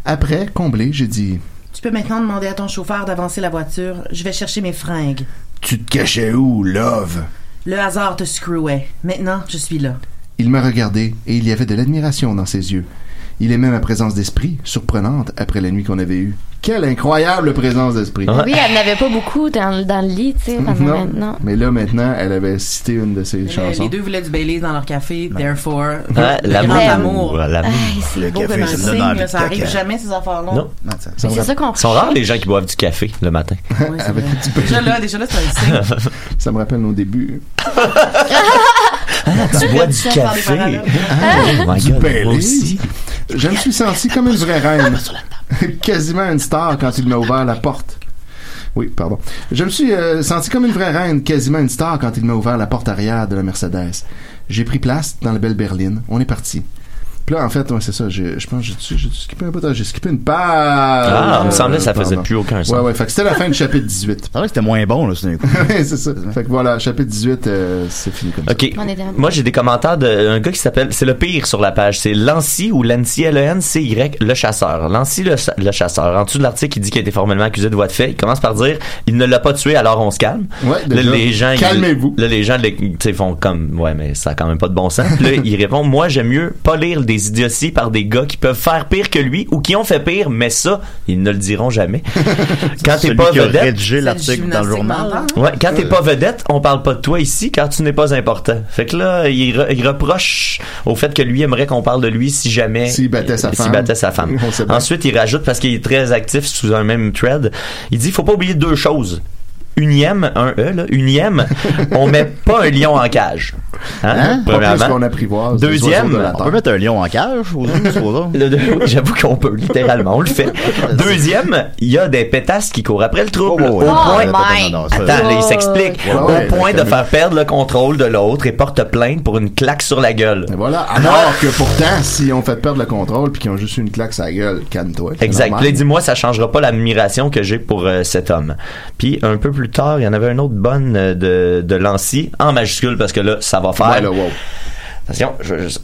[SPEAKER 5] Après, comblé, j'ai dit
[SPEAKER 7] Tu peux maintenant demander à ton chauffeur d'avancer la voiture. Je vais chercher mes fringues.
[SPEAKER 5] Tu te cachais où, love?
[SPEAKER 7] Le hasard te screwait. Maintenant, je suis là.
[SPEAKER 5] Il m'a regardé et il y avait de l'admiration dans ses yeux. Il aimait ma présence d'esprit, surprenante après la nuit qu'on avait eue. Quelle incroyable présence d'esprit!
[SPEAKER 8] Oui, elle n'avait pas beaucoup dans, dans le lit, tu sais, pendant
[SPEAKER 5] Non,
[SPEAKER 8] maintenant.
[SPEAKER 5] mais là maintenant, elle avait cité une de
[SPEAKER 4] Euh,
[SPEAKER 5] ses
[SPEAKER 7] Les,
[SPEAKER 5] chansons.
[SPEAKER 7] les deux voulaient du Baileys dans leur café. Therefore,
[SPEAKER 4] Ouais, L'amour.
[SPEAKER 7] grand
[SPEAKER 4] l'amour, L'amour.
[SPEAKER 8] Hey, c'est
[SPEAKER 3] Le
[SPEAKER 8] beau.
[SPEAKER 7] Beau
[SPEAKER 3] café,
[SPEAKER 7] comme un
[SPEAKER 3] ça me donne
[SPEAKER 7] signe,
[SPEAKER 3] envie
[SPEAKER 7] là,
[SPEAKER 3] de
[SPEAKER 7] ça arrive
[SPEAKER 3] caca.
[SPEAKER 7] jamais ces affaires-là.
[SPEAKER 4] Non.
[SPEAKER 3] Non, ça-
[SPEAKER 8] Mais c'est ça qu'on
[SPEAKER 4] Ils sont rares les gens qui boivent du café le matin.
[SPEAKER 7] Ouais, c'est vrai. déjà là, déjà là, c'est un signe.
[SPEAKER 5] Ça me rappelle nos débuts.
[SPEAKER 4] Ah, tu bois du
[SPEAKER 5] Ça,
[SPEAKER 4] café.
[SPEAKER 5] par des
[SPEAKER 4] Ah, my
[SPEAKER 5] du
[SPEAKER 4] God,
[SPEAKER 5] Bailey.
[SPEAKER 4] moi aussi.
[SPEAKER 5] Ben, Je me suis senti comme une vraie reine. Quasiment une star quand il m'a ouvert la porte. Oui, pardon. Je me suis euh, senti comme une vraie reine, quasiment une star quand il m'a ouvert la porte arrière de la Mercedes. J'ai pris place dans la belle berline. On est parti. Puis là, en fait, ouais, c'est ça. Je, je pense que j'ai j'ai skippé un bout. J'ai skippé une page. Euh,
[SPEAKER 4] Ah, il me semblait que ça faisait
[SPEAKER 5] Pardon.
[SPEAKER 4] plus aucun sens.
[SPEAKER 5] Ouais, ouais. Fait que c'était la fin du chapitre 18.
[SPEAKER 3] C'est vrai que c'était moins bon, là, c'est
[SPEAKER 5] Ouais, c'est ça. Fait que voilà, chapitre 18, euh, c'est fini comme ça.
[SPEAKER 4] OK.
[SPEAKER 8] On est dans-
[SPEAKER 4] Moi, j'ai des commentaires d'un gars qui s'appelle, c'est le pire sur la page, c'est Lancy ou Lancy, E L-E-N-C-Y, le chasseur. Lancy, le, cha- le chasseur. En dessous de l'article, il dit qu'il a été formellement accusé de voie de fait. Il commence par dire, il ne l'a pas tué, alors on se calme.
[SPEAKER 5] Ouais,
[SPEAKER 4] Là,
[SPEAKER 5] déjà.
[SPEAKER 4] les gens, ils-
[SPEAKER 5] Calmez-vous.
[SPEAKER 4] Là, les gens, les- tu sais, font comme, ouais, mais ça a quand même pas de bon sens. Puis là, il répond, moi, j'aime mieux pas lire des idioties par des gars qui peuvent faire pire que lui ou qui ont fait pire, mais ça, ils ne le diront jamais. Quand Ah, t'es
[SPEAKER 3] Celui
[SPEAKER 4] pas
[SPEAKER 3] qui a
[SPEAKER 4] vedette.
[SPEAKER 3] rédigé l'article dans le journal.
[SPEAKER 4] Ouais, quand
[SPEAKER 3] Euh.
[SPEAKER 4] t'es pas vedette, on parle pas de toi ici, car tu n'es pas important. Fait que là, il, re- il reproche au fait que lui aimerait qu'on parle de lui si jamais
[SPEAKER 5] S'il battait sa
[SPEAKER 4] s'il
[SPEAKER 5] femme.
[SPEAKER 4] battait sa femme.
[SPEAKER 5] On sait pas.
[SPEAKER 4] Ensuite, il rajoute parce qu'il est très actif sous un même thread. Il dit, faut pas oublier deux choses. Unième, un e là, unième, on met pas un lion en cage.
[SPEAKER 3] Hein? Pas plus qu'on
[SPEAKER 5] apprivoise
[SPEAKER 3] les
[SPEAKER 4] Deuxième,
[SPEAKER 3] oiseaux de la terre. On peut mettre un lion en cage aux oiseaux, aux oiseaux.
[SPEAKER 4] Le deux- oui, J'avoue qu'on peut, littéralement, on le fait. Deuxième, il y a des pétasses qui courent après le trouble.
[SPEAKER 3] Oh, ouais,
[SPEAKER 4] au
[SPEAKER 3] ouais,
[SPEAKER 4] point,
[SPEAKER 3] ouais, ouais, non, non, ça-
[SPEAKER 4] attends, là, il s'explique.
[SPEAKER 3] Ouais,
[SPEAKER 4] au
[SPEAKER 3] ouais,
[SPEAKER 4] point
[SPEAKER 3] ouais,
[SPEAKER 4] de
[SPEAKER 3] calme.
[SPEAKER 4] faire perdre le contrôle de l'autre et porte plainte pour une claque sur la gueule.
[SPEAKER 5] Voilà, alors que pourtant, si on fait perdre le contrôle puis qu'ils ont juste eu une claque sur la gueule, calme-toi. c'est
[SPEAKER 4] Exact.
[SPEAKER 5] normal.
[SPEAKER 4] Puis là, dis-moi, ça changera pas l'admiration que j'ai pour euh, cet homme. Puis un peu plus tard, il y en avait une autre bonne euh, de, de Lancy, en majuscule, parce que là, ça va faire.
[SPEAKER 5] Ouais, là, wow.
[SPEAKER 4] Attention, je vais juste.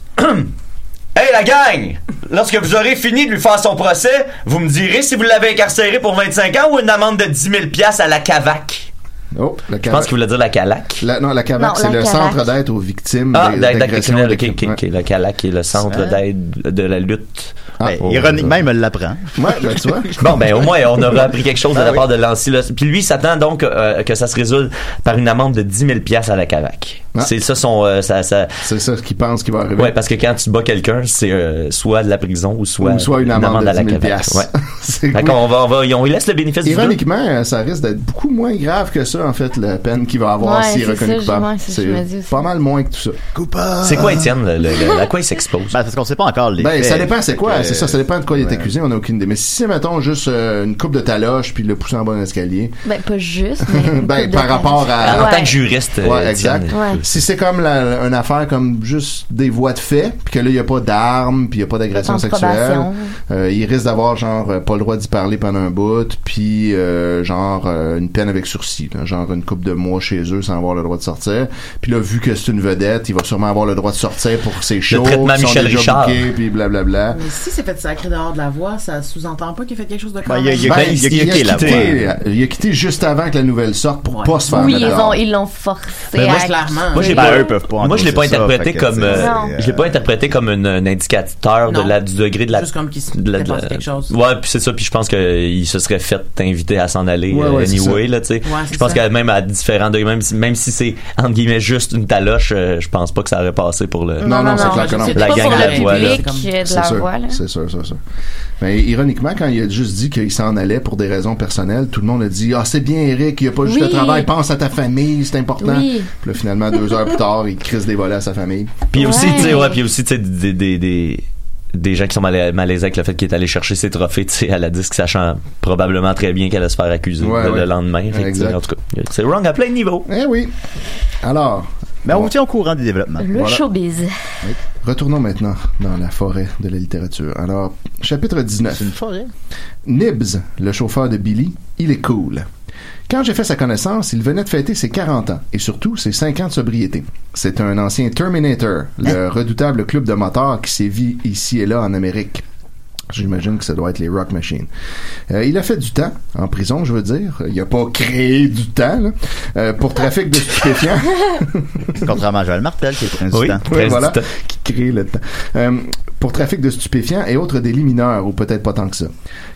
[SPEAKER 4] Hey la gang! Lorsque vous aurez fini de lui faire son procès, vous me direz si vous l'avez incarcéré pour 25 ans ou une amende de 10 000 piastres à la CAVAC.
[SPEAKER 5] Oh, la
[SPEAKER 4] Je pense qu'il voulait dire la CALAC.
[SPEAKER 5] La- non, la CAVAC,
[SPEAKER 4] Non,
[SPEAKER 5] c'est
[SPEAKER 4] la
[SPEAKER 5] le
[SPEAKER 4] CAVAC.
[SPEAKER 5] centre d'aide aux victimes
[SPEAKER 4] Ah,
[SPEAKER 5] des-
[SPEAKER 4] la, la,
[SPEAKER 5] d'agressions
[SPEAKER 4] la-
[SPEAKER 5] et de
[SPEAKER 4] ok,
[SPEAKER 5] crimes.
[SPEAKER 4] ok, ok, la CALAC qui est le centre
[SPEAKER 5] Ça-
[SPEAKER 4] d'aide de la lutte.
[SPEAKER 3] Ben, ironiquement, il me l'apprend.
[SPEAKER 5] Ah, oh, Ouais, ben, tu vois.
[SPEAKER 4] Bon, ben, au moins, on aura appris quelque chose de
[SPEAKER 5] Ah
[SPEAKER 3] Ben
[SPEAKER 4] la
[SPEAKER 3] oui.
[SPEAKER 4] part de Lancy. là. Puis lui, il s'attend donc euh, que ça se résulte par une amende de 10 000 à la CAVAC.
[SPEAKER 5] Ah.
[SPEAKER 4] C'est ça son... euh, ça, ça...
[SPEAKER 5] C'est ça ce qu'il pense qu'il va arriver.
[SPEAKER 4] Ouais, parce que quand tu bats quelqu'un, c'est euh, soit de la prison ou soit,
[SPEAKER 5] Ou soit une amende de
[SPEAKER 4] à la
[SPEAKER 5] 10 000
[SPEAKER 4] CAVAC. Ouais.
[SPEAKER 5] C'est
[SPEAKER 4] Fait
[SPEAKER 5] cool.
[SPEAKER 4] qu'on va, on va, on lui laisse le bénéfice du doute.
[SPEAKER 5] Ironiquement, euh, ça risque d'être beaucoup moins grave que ça, en fait, la peine qu'il va avoir
[SPEAKER 8] Ouais,
[SPEAKER 5] s'il est
[SPEAKER 8] c'est
[SPEAKER 5] reconnu
[SPEAKER 8] ça,
[SPEAKER 5] coupable.
[SPEAKER 8] je- ouais, c'est ça, je me dis aussi.
[SPEAKER 5] pas mal moins que tout ça. Coupable!
[SPEAKER 4] C'est quoi, Étienne, le- le- le- à quoi il s'expose?
[SPEAKER 3] Ben, parce qu'on sait pas encore les
[SPEAKER 5] Ben,
[SPEAKER 3] faits. Euh,
[SPEAKER 5] ça dépend, c'est quoi?
[SPEAKER 3] Fait que,
[SPEAKER 5] C'est ça, ça dépend de quoi il est
[SPEAKER 3] ouais.
[SPEAKER 5] accusé, on n'a aucune idée. Mais si c'est, mettons, juste euh, une coupe de taloche puis le pousser en bas d'un escalier,
[SPEAKER 8] Ben, pas juste, mais. une
[SPEAKER 5] ben,
[SPEAKER 8] coupe
[SPEAKER 5] par
[SPEAKER 8] de
[SPEAKER 5] rapport
[SPEAKER 8] tâches.
[SPEAKER 5] à.
[SPEAKER 8] Ouais.
[SPEAKER 4] juriste.
[SPEAKER 5] Ouais,
[SPEAKER 4] euh,
[SPEAKER 5] exact.
[SPEAKER 8] Étienne. Ouais.
[SPEAKER 5] Si c'est comme la- une affaire comme juste des voies de fait, puis que là, il n'y a pas d'armes, puis il n'y a pas d'agression
[SPEAKER 8] Sans
[SPEAKER 5] sexuelle,
[SPEAKER 8] probation.
[SPEAKER 5] euh, il risque d'avoir, genre, euh, pas le droit d'y parler pendant un bout, puis, euh, genre, euh, une peine avec sursis, là, genre une coupe de mois chez eux sans avoir le droit de sortir. Puis là, vu que c'est une vedette, il va sûrement avoir le droit de sortir pour ses shows,
[SPEAKER 4] traitement
[SPEAKER 5] qui sont
[SPEAKER 4] Michel
[SPEAKER 5] déjà
[SPEAKER 4] Richard.
[SPEAKER 5] bookés, puis blablabla.
[SPEAKER 7] Mais si c'est fait sacré dehors de la voix, ça sous-entend pas qu'il a fait quelque chose de
[SPEAKER 3] Ben,
[SPEAKER 7] grave.
[SPEAKER 3] il y a- il y a-
[SPEAKER 5] Ben,
[SPEAKER 3] il y a quitté la voix.
[SPEAKER 5] Il a quitté juste avant que la nouvelle sorte pour pas se faire
[SPEAKER 8] Oui,
[SPEAKER 5] mettre
[SPEAKER 8] ils
[SPEAKER 5] dehors.
[SPEAKER 8] ont- ils l'ont forcé.
[SPEAKER 4] Ben, moi,
[SPEAKER 8] à-
[SPEAKER 4] je-
[SPEAKER 7] clairement.
[SPEAKER 4] Moi, je l'ai
[SPEAKER 3] Ben,
[SPEAKER 4] pas,
[SPEAKER 3] eux peuvent pas
[SPEAKER 4] moi, je l'ai pas
[SPEAKER 3] endosser ça,
[SPEAKER 4] interprété
[SPEAKER 3] fait que
[SPEAKER 4] comme,
[SPEAKER 3] c'est-
[SPEAKER 4] euh,
[SPEAKER 8] Non.
[SPEAKER 4] je l'ai pas interprété comme une- un indicateur de
[SPEAKER 7] Non.
[SPEAKER 4] la, du degré de la,
[SPEAKER 7] Juste comme qu'il se
[SPEAKER 4] de la- de la-
[SPEAKER 7] dépense quelque chose.
[SPEAKER 4] Ouais, puis c'est ça, puis je pense qu'il se serait fait inviter à s'en aller,
[SPEAKER 5] Ouais,
[SPEAKER 4] euh,
[SPEAKER 5] ouais, c'est
[SPEAKER 4] anyway,
[SPEAKER 5] ça.
[SPEAKER 4] là, tu sais.
[SPEAKER 7] c'est
[SPEAKER 4] je pense
[SPEAKER 7] ça.
[SPEAKER 4] que même à différents degrés, même si, même si c'est, entre guillemets, juste une taloche, euh, je pense pas que ça aurait passé pour le,
[SPEAKER 5] Non, non, c'est clair que non.
[SPEAKER 8] C'est
[SPEAKER 4] La
[SPEAKER 8] pas
[SPEAKER 4] gang
[SPEAKER 8] pour
[SPEAKER 4] de la
[SPEAKER 8] le
[SPEAKER 4] voix, là.
[SPEAKER 8] public euh, de
[SPEAKER 5] C'est
[SPEAKER 8] la
[SPEAKER 5] sûr,
[SPEAKER 8] voix, là.
[SPEAKER 5] C'est sûr, c'est sûr. Mais ironiquement, quand il a juste dit qu'il s'en allait pour des raisons personnelles, tout le monde a dit Ah, c'est bien, Eric, il n'y a pas juste
[SPEAKER 8] Oui.
[SPEAKER 5] le travail, pense à ta famille, c'est important.
[SPEAKER 8] Oui.
[SPEAKER 5] Puis là, finalement, deux heures plus tard, il crisse des volets à sa famille.
[SPEAKER 4] Puis aussi,
[SPEAKER 8] Ouais.
[SPEAKER 4] tu sais, ouais, puis aussi, tu sais, des, des, des, des gens qui sont mal, malaisés avec le fait qu'il est allé chercher ses trophées, tu sais, à la disque, sachant probablement très bien qu'elle allait se faire accuser
[SPEAKER 5] Ouais,
[SPEAKER 4] le, le
[SPEAKER 5] ouais.
[SPEAKER 4] lendemain. Fait que, tu sais,
[SPEAKER 5] Exact.
[SPEAKER 4] en tout cas, c'est wrong à plein de niveaux.
[SPEAKER 5] Eh oui. Alors,
[SPEAKER 3] Mais Ben, on vous tient au courant des développements.
[SPEAKER 8] Le
[SPEAKER 5] Voilà.
[SPEAKER 8] showbiz.
[SPEAKER 5] retournons maintenant dans la forêt de la littérature. Alors, chapitre 19.
[SPEAKER 3] C'est une forêt.
[SPEAKER 5] Nibs, le chauffeur de Billy, il est cool. Quand j'ai fait sa connaissance, il venait de fêter ses 40 ans et surtout ses 5 ans de sobriété. C'est un ancien Terminator,
[SPEAKER 3] Ah.
[SPEAKER 5] le redoutable club de motards qui sévit ici et là en Amérique. J'imagine que ça doit être les Rock Machines. Euh, il a fait du temps, en prison, je veux dire. Il a pas créé du temps, là, euh, pour trafic de stupéfiants.
[SPEAKER 3] Contrairement à Joël Martel, qui est président.
[SPEAKER 4] Oui.
[SPEAKER 5] Oui,
[SPEAKER 4] Très
[SPEAKER 5] voilà,
[SPEAKER 4] distant.
[SPEAKER 5] qui crée le temps. Euh, pour trafic de stupéfiants et autres délits mineurs, ou peut-être pas tant que ça.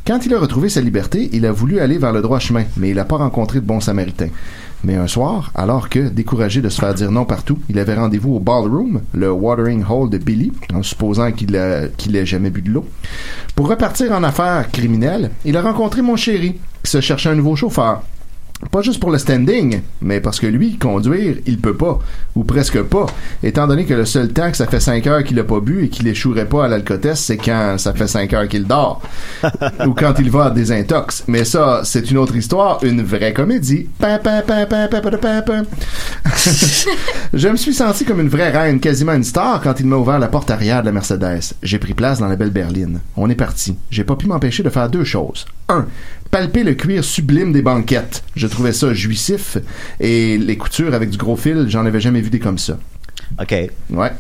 [SPEAKER 5] Quand il a retrouvé sa liberté, il a voulu aller vers le droit chemin, mais il n'a pas rencontré de bons samaritains. Mais un soir, alors que, découragé de se faire dire non partout, il avait rendez-vous au ballroom, le watering hole de Billy, en supposant qu'il a- qu'il ait jamais bu de l'eau. Pour repartir en affaires criminelles, il a rencontré mon chéri, qui se cherchait un nouveau chauffeur. Pas juste pour le standing, mais parce que lui, conduire, il peut pas, ou presque pas, étant donné que le seul temps que ça fait 5 heures qu'il a pas bu et qu'il échouerait pas à l'alcotest, c'est quand ça fait 5 heures qu'il dort, ou quand il va à des intox. Mais ça, c'est une autre histoire, une vraie comédie. Pam, pam, pam, pam, pam, pam, pam, pam. Je me suis senti comme une vraie reine, quasiment une star, quand il m'a ouvert la porte arrière de la Mercedes. J'ai pris place dans la belle berline. On est parti. J'ai pas pu m'empêcher de faire deux choses. Un, palper le cuir sublime des banquettes. Je trouvais ça jouissif. Et les coutures avec du gros fil, j'en avais jamais vu des comme ça.
[SPEAKER 4] OK.
[SPEAKER 5] Ouais.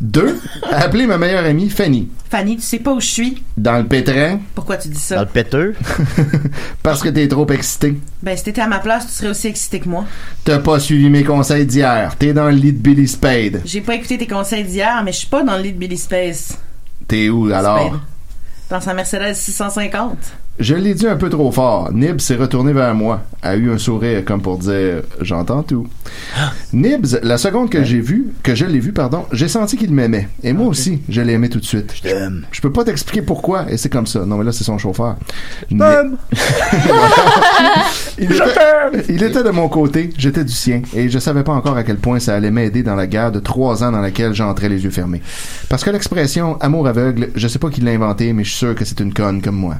[SPEAKER 5] Deux, appeler ma meilleure amie Fanny.
[SPEAKER 7] Fanny, tu sais pas où je suis.
[SPEAKER 5] Dans le pétrin.
[SPEAKER 7] Pourquoi tu dis ça?
[SPEAKER 5] péteux. Parce que t'es trop excité.
[SPEAKER 7] Ben, si t'étais à ma place, tu serais aussi excité que moi.
[SPEAKER 5] T'as pas suivi mes conseils d'hier. T'es dans le lit de Billy Spade.
[SPEAKER 7] J'ai pas écouté tes conseils d'hier, mais je suis pas dans le lit de Billy Space.
[SPEAKER 5] T'es où alors?
[SPEAKER 7] Spade. Dans sa Mercedes 650.
[SPEAKER 5] Je l'ai dit un peu trop fort. Nib s'est retourné vers moi, a eu un sourire comme pour dire j'entends tout. Nibs, la seconde que j'ai vu, que je l'ai vu pardon, j'ai senti qu'il m'aimait et
[SPEAKER 7] Ah,
[SPEAKER 5] moi aussi, je l'ai aimé tout de suite. Je t'aime. Je peux pas t'expliquer pourquoi et c'est comme ça. Non mais là c'est son chauffeur. Mais- il, était, il était de mon côté, j'étais du sien, et je savais pas encore à quel point ça allait m'aider dans la guerre de trois ans dans laquelle j'entrais les yeux fermés. Parce que l'expression amour aveugle, je sais pas qui l'a inventée, mais je suis sûr que c'est une conne comme moi.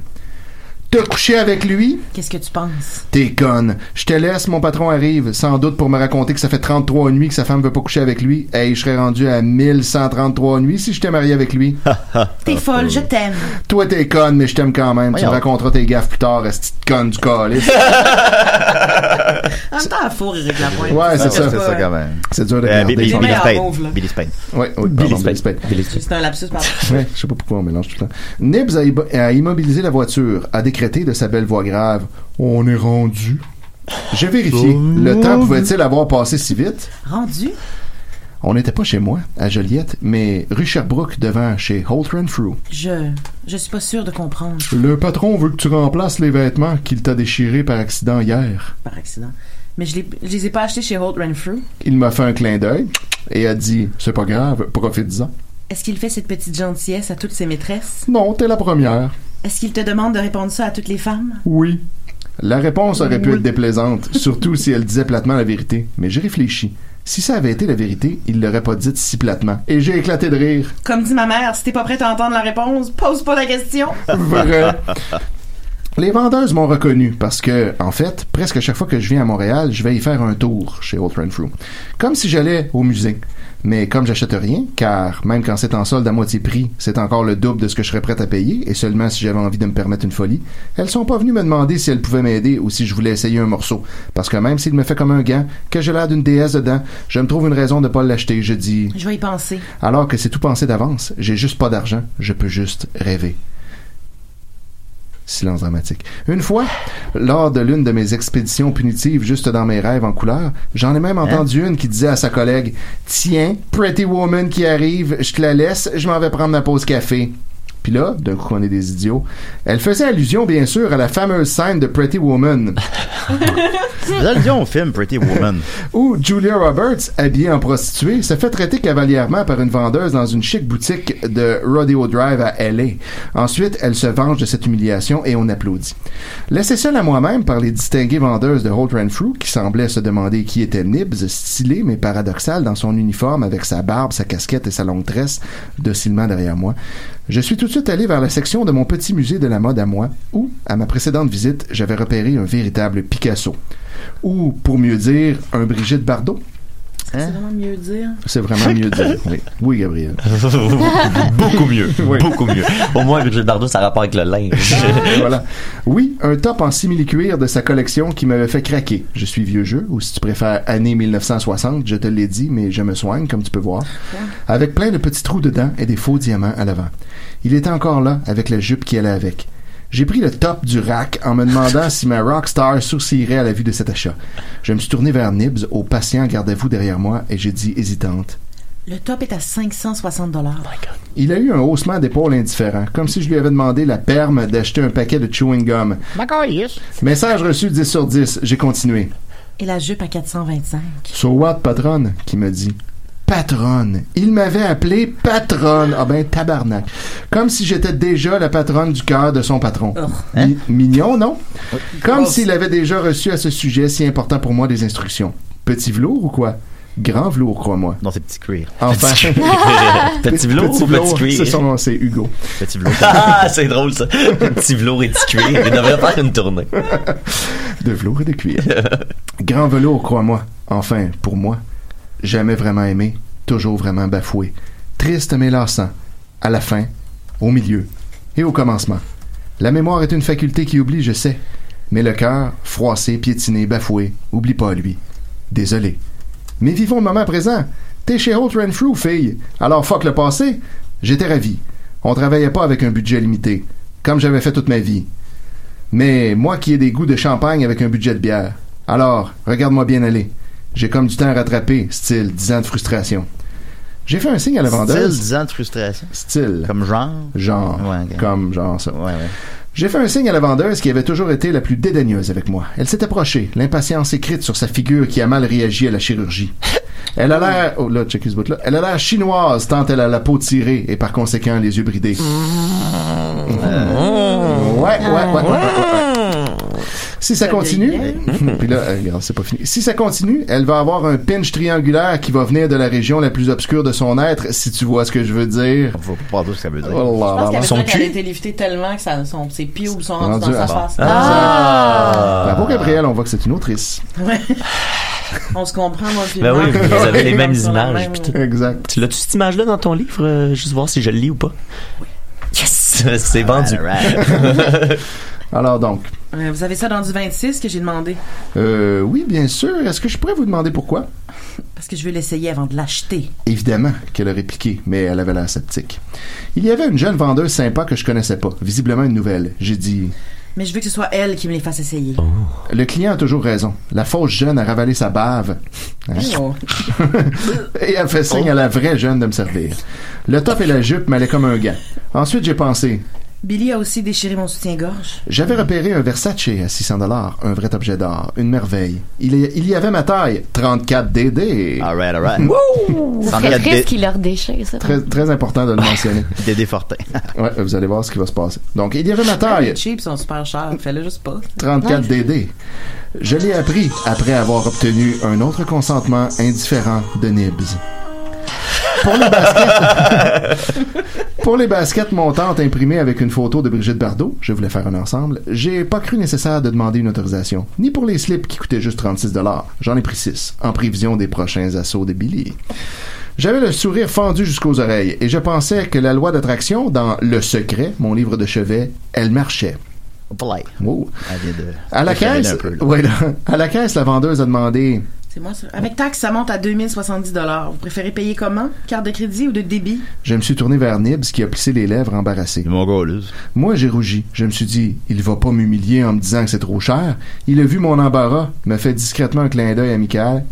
[SPEAKER 5] Te coucher avec lui?
[SPEAKER 7] Qu'est-ce que tu penses?
[SPEAKER 5] T'es conne. Je te laisse, mon patron arrive, sans doute pour me raconter que ça fait 33 nuits que sa femme veut pas coucher avec lui. Hey, je serais rendu à 1133 nuits si j'étais marié avec lui.
[SPEAKER 7] T'es folle, je t'aime.
[SPEAKER 5] Toi, t'es conne, mais je t'aime quand même. Tu
[SPEAKER 7] Voyons.
[SPEAKER 5] me raconteras tes gaffes plus tard, esti de conne du calice.
[SPEAKER 7] En même temps, il faut rire la pointe.
[SPEAKER 5] Ouais, c'est ça.
[SPEAKER 7] pas-
[SPEAKER 5] C'est dur de
[SPEAKER 3] Euh,
[SPEAKER 5] regarder.
[SPEAKER 3] Billy-
[SPEAKER 7] Billy
[SPEAKER 3] Billy
[SPEAKER 7] Spade.
[SPEAKER 3] Spade. Billy Spade.
[SPEAKER 5] Ouais, ouais,
[SPEAKER 3] Billy
[SPEAKER 5] pardon, Billy Spade.
[SPEAKER 7] C'est un lapsus, pardon.
[SPEAKER 5] Ouais, je sais pas pourquoi on mélange tout le temps. Nibs a, ibo- a immobilisé la voiture, a décrété de sa belle voix grave On est rendu. J'ai vérifié. Le temps pouvait-il avoir passé si vite
[SPEAKER 7] Rendu?
[SPEAKER 5] On n'était pas chez moi, à Joliette, mais rue Sherbrooke devant chez Holt Renfrew.
[SPEAKER 7] Je. Je suis pas sûre de comprendre.
[SPEAKER 5] Le patron veut que tu remplaces les vêtements qu'il t'a déchirés par accident hier.
[SPEAKER 7] Par accident. Mais je, les- je les ai pas achetés chez Holt Renfrew.
[SPEAKER 5] Il m'a fait un clin d'œil et a dit C'est pas grave, profite-en.
[SPEAKER 7] Est-ce qu'il fait cette petite gentillesse à toutes ses maîtresses?
[SPEAKER 5] Non, t'es la première.
[SPEAKER 7] Est-ce qu'il te demande de répondre ça à toutes les femmes?
[SPEAKER 5] Oui. La réponse aurait pu
[SPEAKER 7] Oui.
[SPEAKER 5] être déplaisante, surtout si elle disait platement la vérité. Mais j'ai réfléchi. Si ça avait été la vérité, il l'aurait pas dite si platement. Et j'ai éclaté de rire.
[SPEAKER 7] Comme dit ma mère, si t'es pas prête à entendre la réponse, pose pas la question.
[SPEAKER 5] Vrai. Les vendeuses m'ont reconnu parce que, en fait, presque chaque fois que je viens à Montréal, je vais y faire un tour chez Old Renfrew. Comme si j'allais au musée. Mais comme j'achète rien, car même quand c'est en solde à moitié prix, c'est encore le double de ce que je serais prête à payer, et seulement si j'avais envie de me permettre une folie, elles sont pas venues me demander si elles pouvaient m'aider ou si je voulais essayer un morceau. Parce que même s'il me fait comme un gant, que j'ai l'air d'une déesse dedans, je me trouve une raison de pas l'acheter. Je dis,
[SPEAKER 7] Je vais y penser.
[SPEAKER 5] alors que c'est tout pensé d'avance, j'ai juste pas d'argent, je peux juste rêver. Silence dramatique. Une fois, lors de l'une de mes expéditions punitives juste dans mes rêves en couleur, j'en ai même entendu une qui disait à sa collègue Tiens, Pretty Woman qui arrive, je te la laisse, je m'en vais prendre ma pause café. Puis là, d'un coup, on est des idiots. Elle faisait allusion, bien sûr, à la fameuse scène de Pretty Woman.
[SPEAKER 3] allusion au film Pretty Woman.
[SPEAKER 5] Où Julia Roberts, habillée en prostituée, se fait traiter cavalièrement par une vendeuse dans une chic boutique de Rodeo Drive à LA. Ensuite, elle se venge de cette humiliation et on applaudit. Laissée seule à moi-même par les distinguées vendeuses de Holt Renfrew, qui semblaient se demander qui était Nibs, stylé mais paradoxal dans son uniforme avec sa barbe, sa casquette et sa longue tresse, docilement derrière moi, je suis tout de suite allé vers la section de mon petit musée de la mode à moi, où, à ma précédente visite, j'avais repéré un véritable Picasso. Ou, pour mieux dire, un Brigitte Bardot. Hein?
[SPEAKER 7] C'est vraiment mieux dire.
[SPEAKER 5] C'est vraiment mieux dire. Oui, oui Gabriel.
[SPEAKER 4] beaucoup mieux. Beaucoup mieux. Au moins, Brigitte Bardot, ça a rapport avec le linge.
[SPEAKER 5] voilà. Oui, un top en simili-cuir de sa collection qui m'avait fait craquer. Je suis vieux jeu, ou si tu préfères année 1960, je te l'ai dit, mais je me soigne, comme tu peux voir. Avec plein de petits trous dedans et des faux diamants à l'avant. Il était encore là, avec la jupe qui allait avec. J'ai pris le top du rack en me demandant si ma rockstar sourcillerait à la vue de cet achat. Je me suis tourné vers Nibs, au patient gardez-vous derrière moi, et j'ai dit hésitante.
[SPEAKER 7] Le top est à 560 dollars.
[SPEAKER 5] Il a eu un haussement d'épaule indifférent, comme si je lui avais demandé la perme d'acheter un paquet de chewing gum. Message reçu 10 sur 10, j'ai continué.
[SPEAKER 7] Et la jupe à 425.
[SPEAKER 5] So what, patronne? qui me dit. patronne. Il m'avait appelé patronne. Ah ben, tabarnak. Comme si j'étais déjà la patronne du cœur de son patron.
[SPEAKER 7] Oh.
[SPEAKER 3] Hein?
[SPEAKER 5] Mi- Mignon, non?
[SPEAKER 3] Oh.
[SPEAKER 5] Comme s'il avait déjà reçu à ce sujet si important pour moi des instructions. Petit velours ou quoi? Grand velours, crois-moi.
[SPEAKER 3] Non, c'est petit cuir.
[SPEAKER 5] Enfin.
[SPEAKER 3] Petit cuir. Petit velours ou petit cuir?
[SPEAKER 5] C'est son nom, c'est Hugo.
[SPEAKER 3] Petit velours.
[SPEAKER 4] Ah, c'est drôle ça. Petit velours et petit cuir. Il devrait faire une tournée.
[SPEAKER 5] De velours et de cuir. Grand velours, crois-moi. Enfin, pour moi. Jamais vraiment aimé, toujours vraiment bafoué. Triste mais lassant. À la fin, au milieu et au commencement. La mémoire est une faculté qui oublie, je sais. Mais le cœur, froissé, piétiné, bafoué, oublie pas lui. Désolé. Mais vivons le moment présent. T'es chez Holt Renfrew, fille. Alors fuck le passé. J'étais ravi. On travaillait pas avec un budget limité, comme j'avais fait toute ma vie. Mais moi qui ai des goûts de champagne avec un budget de bière. Alors, regarde-moi bien aller. J'ai comme du temps à rattraper, style 10 ans de frustration. J'ai fait un signe à la vendeuse.
[SPEAKER 3] Style, 10 ans de frustration.
[SPEAKER 5] Style.
[SPEAKER 3] Comme genre.
[SPEAKER 5] Genre. Comme genre ça. J'ai fait un signe à la vendeuse qui avait toujours été la plus dédaigneuse avec moi. Elle s'est approchée, l'impatience écrite sur sa figure qui a mal réagi à la chirurgie. Elle a l'air, oh là, check ce bout là. Elle a l'air chinoise tant elle a la peau tirée et par conséquent les yeux bridés. Euh, ouais, ouais, ouais, ouais, ouais, ouais. Si ça continue, puis là, euh, regarde, c'est pas fini. Si ça continue, elle va avoir un pinch triangulaire qui va venir de la région la plus obscure de son être, si tu vois ce que je veux dire.
[SPEAKER 3] Faut pas dire ce que ça veut dire.
[SPEAKER 7] Je pense qu'elle avait besoin qu'elle a été liftée tellement que ça- son- ses pubes sont rendus
[SPEAKER 5] Rendu
[SPEAKER 7] dans sa
[SPEAKER 5] à- Hein?
[SPEAKER 7] face.
[SPEAKER 5] Ah! Bravo, Gabriel, on voit que c'est une autrice.
[SPEAKER 7] Ouais. On se comprend, moi, puis
[SPEAKER 4] Ben oui,
[SPEAKER 7] Marc.
[SPEAKER 4] vous avez les mêmes
[SPEAKER 7] Comme ça,
[SPEAKER 4] images.
[SPEAKER 7] même-
[SPEAKER 4] puis tout.
[SPEAKER 5] Exact.
[SPEAKER 4] Tu l'as-tu cette image-là dans ton livre? Euh, juste voir si je le lis ou pas. Yes! C'est vendu.
[SPEAKER 5] Alors donc,
[SPEAKER 7] Euh, Vous avez ça dans du 26 que j'ai demandé.
[SPEAKER 5] euh, oui, bien sûr. Est-ce que je pourrais vous demander pourquoi?
[SPEAKER 7] Parce que je vais l'essayer avant de l'acheter.
[SPEAKER 5] Évidemment qu'elle a répliqué, mais elle avait l'air sceptique. Il y avait une jeune vendeuse sympa que je connaissais pas, visiblement une nouvelle. J'ai dit
[SPEAKER 7] Mais je veux que ce soit elle qui me les fasse essayer.
[SPEAKER 5] Le client a toujours raison. La fausse jeune a ravalé sa bave. Hein?
[SPEAKER 7] Oh.
[SPEAKER 5] et a fait signe à la vraie jeune de me servir. Le top et la jupe m'allaient comme un gant. Ensuite, j'ai pensé
[SPEAKER 7] Billy a aussi déchiré mon soutien-gorge.
[SPEAKER 5] J'avais repéré un Versace à 600 dollars, un vrai objet d'art, une merveille. Il y, il y avait ma taille, 34 DD.
[SPEAKER 3] Alright, alright.
[SPEAKER 8] Ça
[SPEAKER 5] Sans
[SPEAKER 8] serait
[SPEAKER 5] mettre des-
[SPEAKER 8] triste qu'il leur déchire ça.
[SPEAKER 5] Très, très important de le mentionner.
[SPEAKER 3] Dédé Fortin.
[SPEAKER 5] Ouais, vous allez voir ce qui va se passer. Donc, il y avait ma taille,
[SPEAKER 7] Les chips sont super chers. Fais-le juste pas.
[SPEAKER 5] 34 DD. Je l'ai appris après avoir obtenu un autre consentement indifférent de Nibs. Pour les baskets, pour les baskets montantes imprimées avec une photo de Brigitte Bardot, je voulais faire un ensemble, j'ai pas cru nécessaire de demander une autorisation, ni pour les slips qui coûtaient juste 36 dollars. J'en ai pris 6, en prévision des prochains assauts de Billy. J'avais le sourire fendu jusqu'aux oreilles et je pensais que la loi d'attraction dans Le Secret, mon livre de chevet, elle marchait.
[SPEAKER 3] Play.
[SPEAKER 5] Wow.
[SPEAKER 3] Elle vient Ah, de.
[SPEAKER 5] À la
[SPEAKER 3] de caler
[SPEAKER 5] caisse,
[SPEAKER 3] un peu, là.
[SPEAKER 5] ouais, là. à la caisse, la vendeuse a demandé
[SPEAKER 7] C'est moi, ça. Avec taxe, ça monte à 2070 Vous préférez payer comment? Carte de crédit ou de débit?
[SPEAKER 5] Je me suis tourné vers Nibs qui a plissé les lèvres embarrassées. Moi, j'ai rougi. Je me suis dit, il va pas m'humilier en me disant que c'est trop cher. Il a vu mon embarras, m'a fait discrètement un clin d'œil amical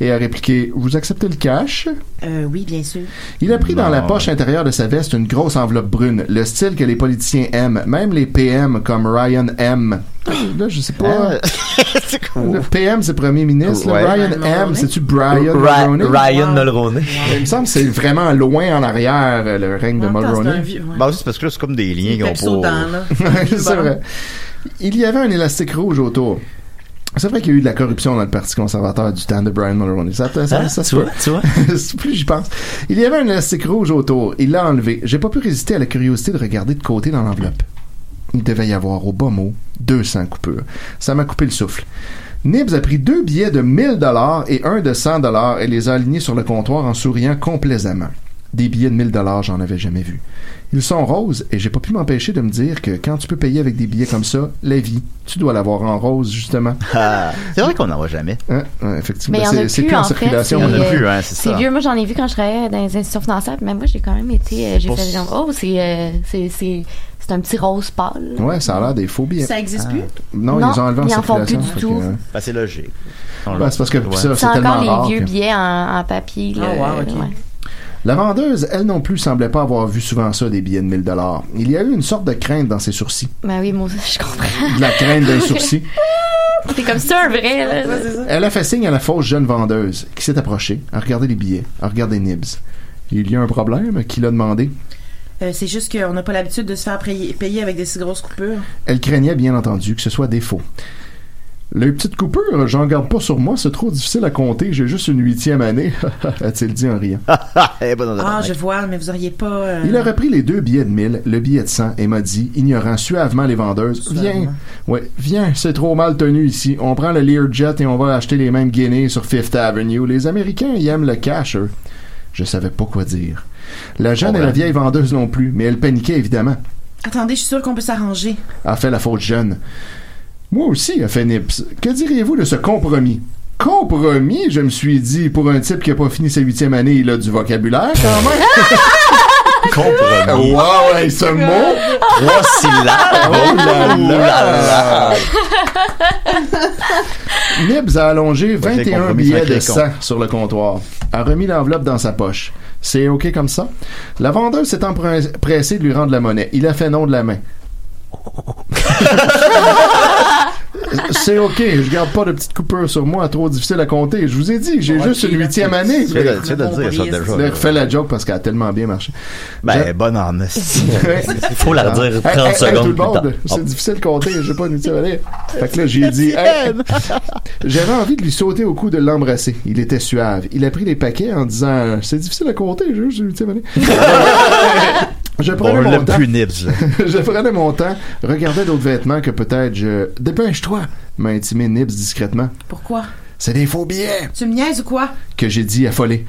[SPEAKER 5] et a répliqué Vous acceptez le cash
[SPEAKER 7] Euh, oui, bien sûr.
[SPEAKER 5] Il a pris dans la
[SPEAKER 3] Non.
[SPEAKER 5] poche intérieure de sa veste une grosse enveloppe brune, le style que les politiciens aiment, même les PM comme Ryan M.
[SPEAKER 7] Ah.
[SPEAKER 5] Euh, Là, je sais pas.
[SPEAKER 7] Euh,
[SPEAKER 5] Le PM, c'est premier ministre. là.
[SPEAKER 4] Ouais.
[SPEAKER 5] Ryan M, c'est-tu Brian
[SPEAKER 4] Ra-
[SPEAKER 5] Mulroney?
[SPEAKER 4] Ryan Mulroney.
[SPEAKER 5] Il me semble que c'est vraiment loin en arrière, euh, le règne de
[SPEAKER 7] En même temps, c'est un
[SPEAKER 5] Mulroney.
[SPEAKER 7] vieux. ouais.
[SPEAKER 3] Bah, c'est parce que là, c'est comme des liens
[SPEAKER 7] Il est
[SPEAKER 3] qui ont pas.
[SPEAKER 7] là.
[SPEAKER 5] c'est vrai. Il y avait un élastique rouge autour. C'est vrai qu'il y a eu de la corruption dans le Parti conservateur du temps de Brian Mulroney. Ça, ça, ça,
[SPEAKER 4] Hein?
[SPEAKER 5] ça se
[SPEAKER 4] Tu
[SPEAKER 5] peut.
[SPEAKER 4] vois, tu vois?
[SPEAKER 5] Plus j'y pense. Il y avait un élastique rouge autour. Il l'a enlevé. J'ai pas pu résister à la curiosité de regarder de côté dans l'enveloppe. Il devait y avoir, au bas mot, 200 coupures. Ça m'a coupé le souffle. Nibs a pris deux billets de 1000 dollars et un de 100 dollars et les a alignés sur le comptoir en souriant complaisamment. Des billets de 1000 dollars, j'en avais jamais vu. Ils sont roses et j'ai pas pu m'empêcher de me dire que quand tu peux payer avec des billets comme ça, la vie, tu dois l'avoir en rose justement.
[SPEAKER 3] Ah, c'est vrai qu'on n'en voit jamais.
[SPEAKER 5] Hein? Hein, effectivement,
[SPEAKER 8] Mais il y en a
[SPEAKER 5] c'est-
[SPEAKER 8] plus,
[SPEAKER 5] c'est plus en,
[SPEAKER 8] en fait,
[SPEAKER 5] circulation.
[SPEAKER 8] c'est-
[SPEAKER 3] On en a
[SPEAKER 8] euh,
[SPEAKER 3] plus, hein, c'est
[SPEAKER 8] C'est
[SPEAKER 3] ça.
[SPEAKER 8] vieux. Moi, j'en ai vu quand je travaillais dans les institutions financières. Mais moi, j'ai quand même été. euh, j'ai
[SPEAKER 3] Pour-
[SPEAKER 8] fait genre, oh, c'est, euh, c'est, c'est, c'est un petit rose pâle.
[SPEAKER 5] Ouais, ça a l'air des faux billets. Ah.
[SPEAKER 7] Ça existe plus?
[SPEAKER 5] Non,
[SPEAKER 8] hein. Non,
[SPEAKER 5] ils ont enlevé en
[SPEAKER 8] ils en font plus
[SPEAKER 5] circulation.
[SPEAKER 8] du
[SPEAKER 5] fait que,
[SPEAKER 8] tout.
[SPEAKER 5] euh,
[SPEAKER 3] Bah, c'est logique. On
[SPEAKER 5] ben, c'est parce que
[SPEAKER 3] Ouais.
[SPEAKER 5] ça,
[SPEAKER 8] C'est
[SPEAKER 5] c'est tellement
[SPEAKER 8] encore les
[SPEAKER 5] rare
[SPEAKER 8] vieux
[SPEAKER 5] que-
[SPEAKER 8] billets en, en papier. Là,
[SPEAKER 7] Ah, wow, ok.
[SPEAKER 8] ouais.
[SPEAKER 5] La vendeuse, elle non plus, semblait pas avoir vu souvent ça, des billets de 1000 dollars. Il y a eu une sorte de crainte dans ses sourcils.
[SPEAKER 8] Ben oui, moi aussi, je comprends.
[SPEAKER 5] De la crainte d'un sourcil.
[SPEAKER 8] T'es comme ça, un vrai, là.
[SPEAKER 5] Elle a fait signe à la fausse jeune vendeuse qui s'est approchée, a regardé les billets, a regardé Nibs. Il y a un problème qui l'a demandé.
[SPEAKER 7] Euh, c'est juste qu'on n'a pas l'habitude de se faire payer, payer avec des si grosses coupures.
[SPEAKER 5] Elle craignait bien entendu que ce soit défaut. Les petites coupures, j'en garde pas sur moi, c'est trop difficile à compter, j'ai juste une huitième année, a-t-il dit en riant.
[SPEAKER 3] Eh,
[SPEAKER 7] Ah, je vois, mais vous auriez pas. euh,
[SPEAKER 5] Il a repris les deux billets de 1000, le billet de 100 et m'a dit, ignorant suavement les vendeuses, Viens, ouais, viens, c'est trop mal tenu ici. On prend le Learjet et on va acheter les mêmes guinées sur Fifth Avenue. Les Américains, ils aiment le cash, eux. Je savais pas quoi dire. La jeune et la vieille vendeuse non plus, mais elle paniquait évidemment.
[SPEAKER 7] Attendez, je suis sûre qu'on peut s'arranger.
[SPEAKER 5] A fait la faute jeune. Moi aussi, a fait Nips. Que diriez-vous de ce compromis? Compromis, je me suis dit, pour un type qui a pas fini sa huitième année, il a du vocabulaire quand même. Ah, Compromis. Wow, hey, ce mot.
[SPEAKER 4] Trois syllabes.
[SPEAKER 5] Oh là
[SPEAKER 4] Ouh là
[SPEAKER 5] là. Nibs a allongé
[SPEAKER 3] Ouais, j'ai
[SPEAKER 5] 21
[SPEAKER 3] compromis
[SPEAKER 5] billets
[SPEAKER 3] cinq
[SPEAKER 5] de
[SPEAKER 3] récons.
[SPEAKER 5] 100 sur le comptoir. A remis l'enveloppe dans sa poche. C'est OK comme ça? La vendeuse s'est empres- pressée de lui rendre la monnaie. Il a fait non de la main. C'est OK, je garde pas de petites coupures sur moi, trop difficile à compter. Je vous ai dit, j'ai juste une huitième année.
[SPEAKER 3] Tu viens de- tu viens de le dire, ça, déjà.
[SPEAKER 5] Je refais la joke parce qu'elle a tellement bien marché.
[SPEAKER 3] Ben, bonne en esti.
[SPEAKER 4] Faut la redire
[SPEAKER 5] Hey,
[SPEAKER 4] 30
[SPEAKER 5] hey, hey,
[SPEAKER 4] secondes
[SPEAKER 5] tout le
[SPEAKER 4] plus
[SPEAKER 5] monde,
[SPEAKER 4] tard.
[SPEAKER 5] C'est
[SPEAKER 4] Oh.
[SPEAKER 5] difficile de compter, j'ai pas une huitième année. Fait que là, j'ai dit, hey, j'avais envie de lui sauter au cou de l'embrasser. Il était suave. Il a pris les paquets en disant, c'est difficile à compter, j'ai juste une huitième année. Je
[SPEAKER 3] Bon,
[SPEAKER 5] prenais
[SPEAKER 3] on l'a
[SPEAKER 5] mon temps.
[SPEAKER 3] plus Nibs, là.
[SPEAKER 5] je prenais mon temps, regardais d'autres vêtements que peut-être je. Dépêche-toi, m'a intimé Nibs discrètement.
[SPEAKER 7] Pourquoi?
[SPEAKER 5] C'est des faux billets
[SPEAKER 7] Tu me niaises ou quoi?
[SPEAKER 5] que j'ai dit affolé.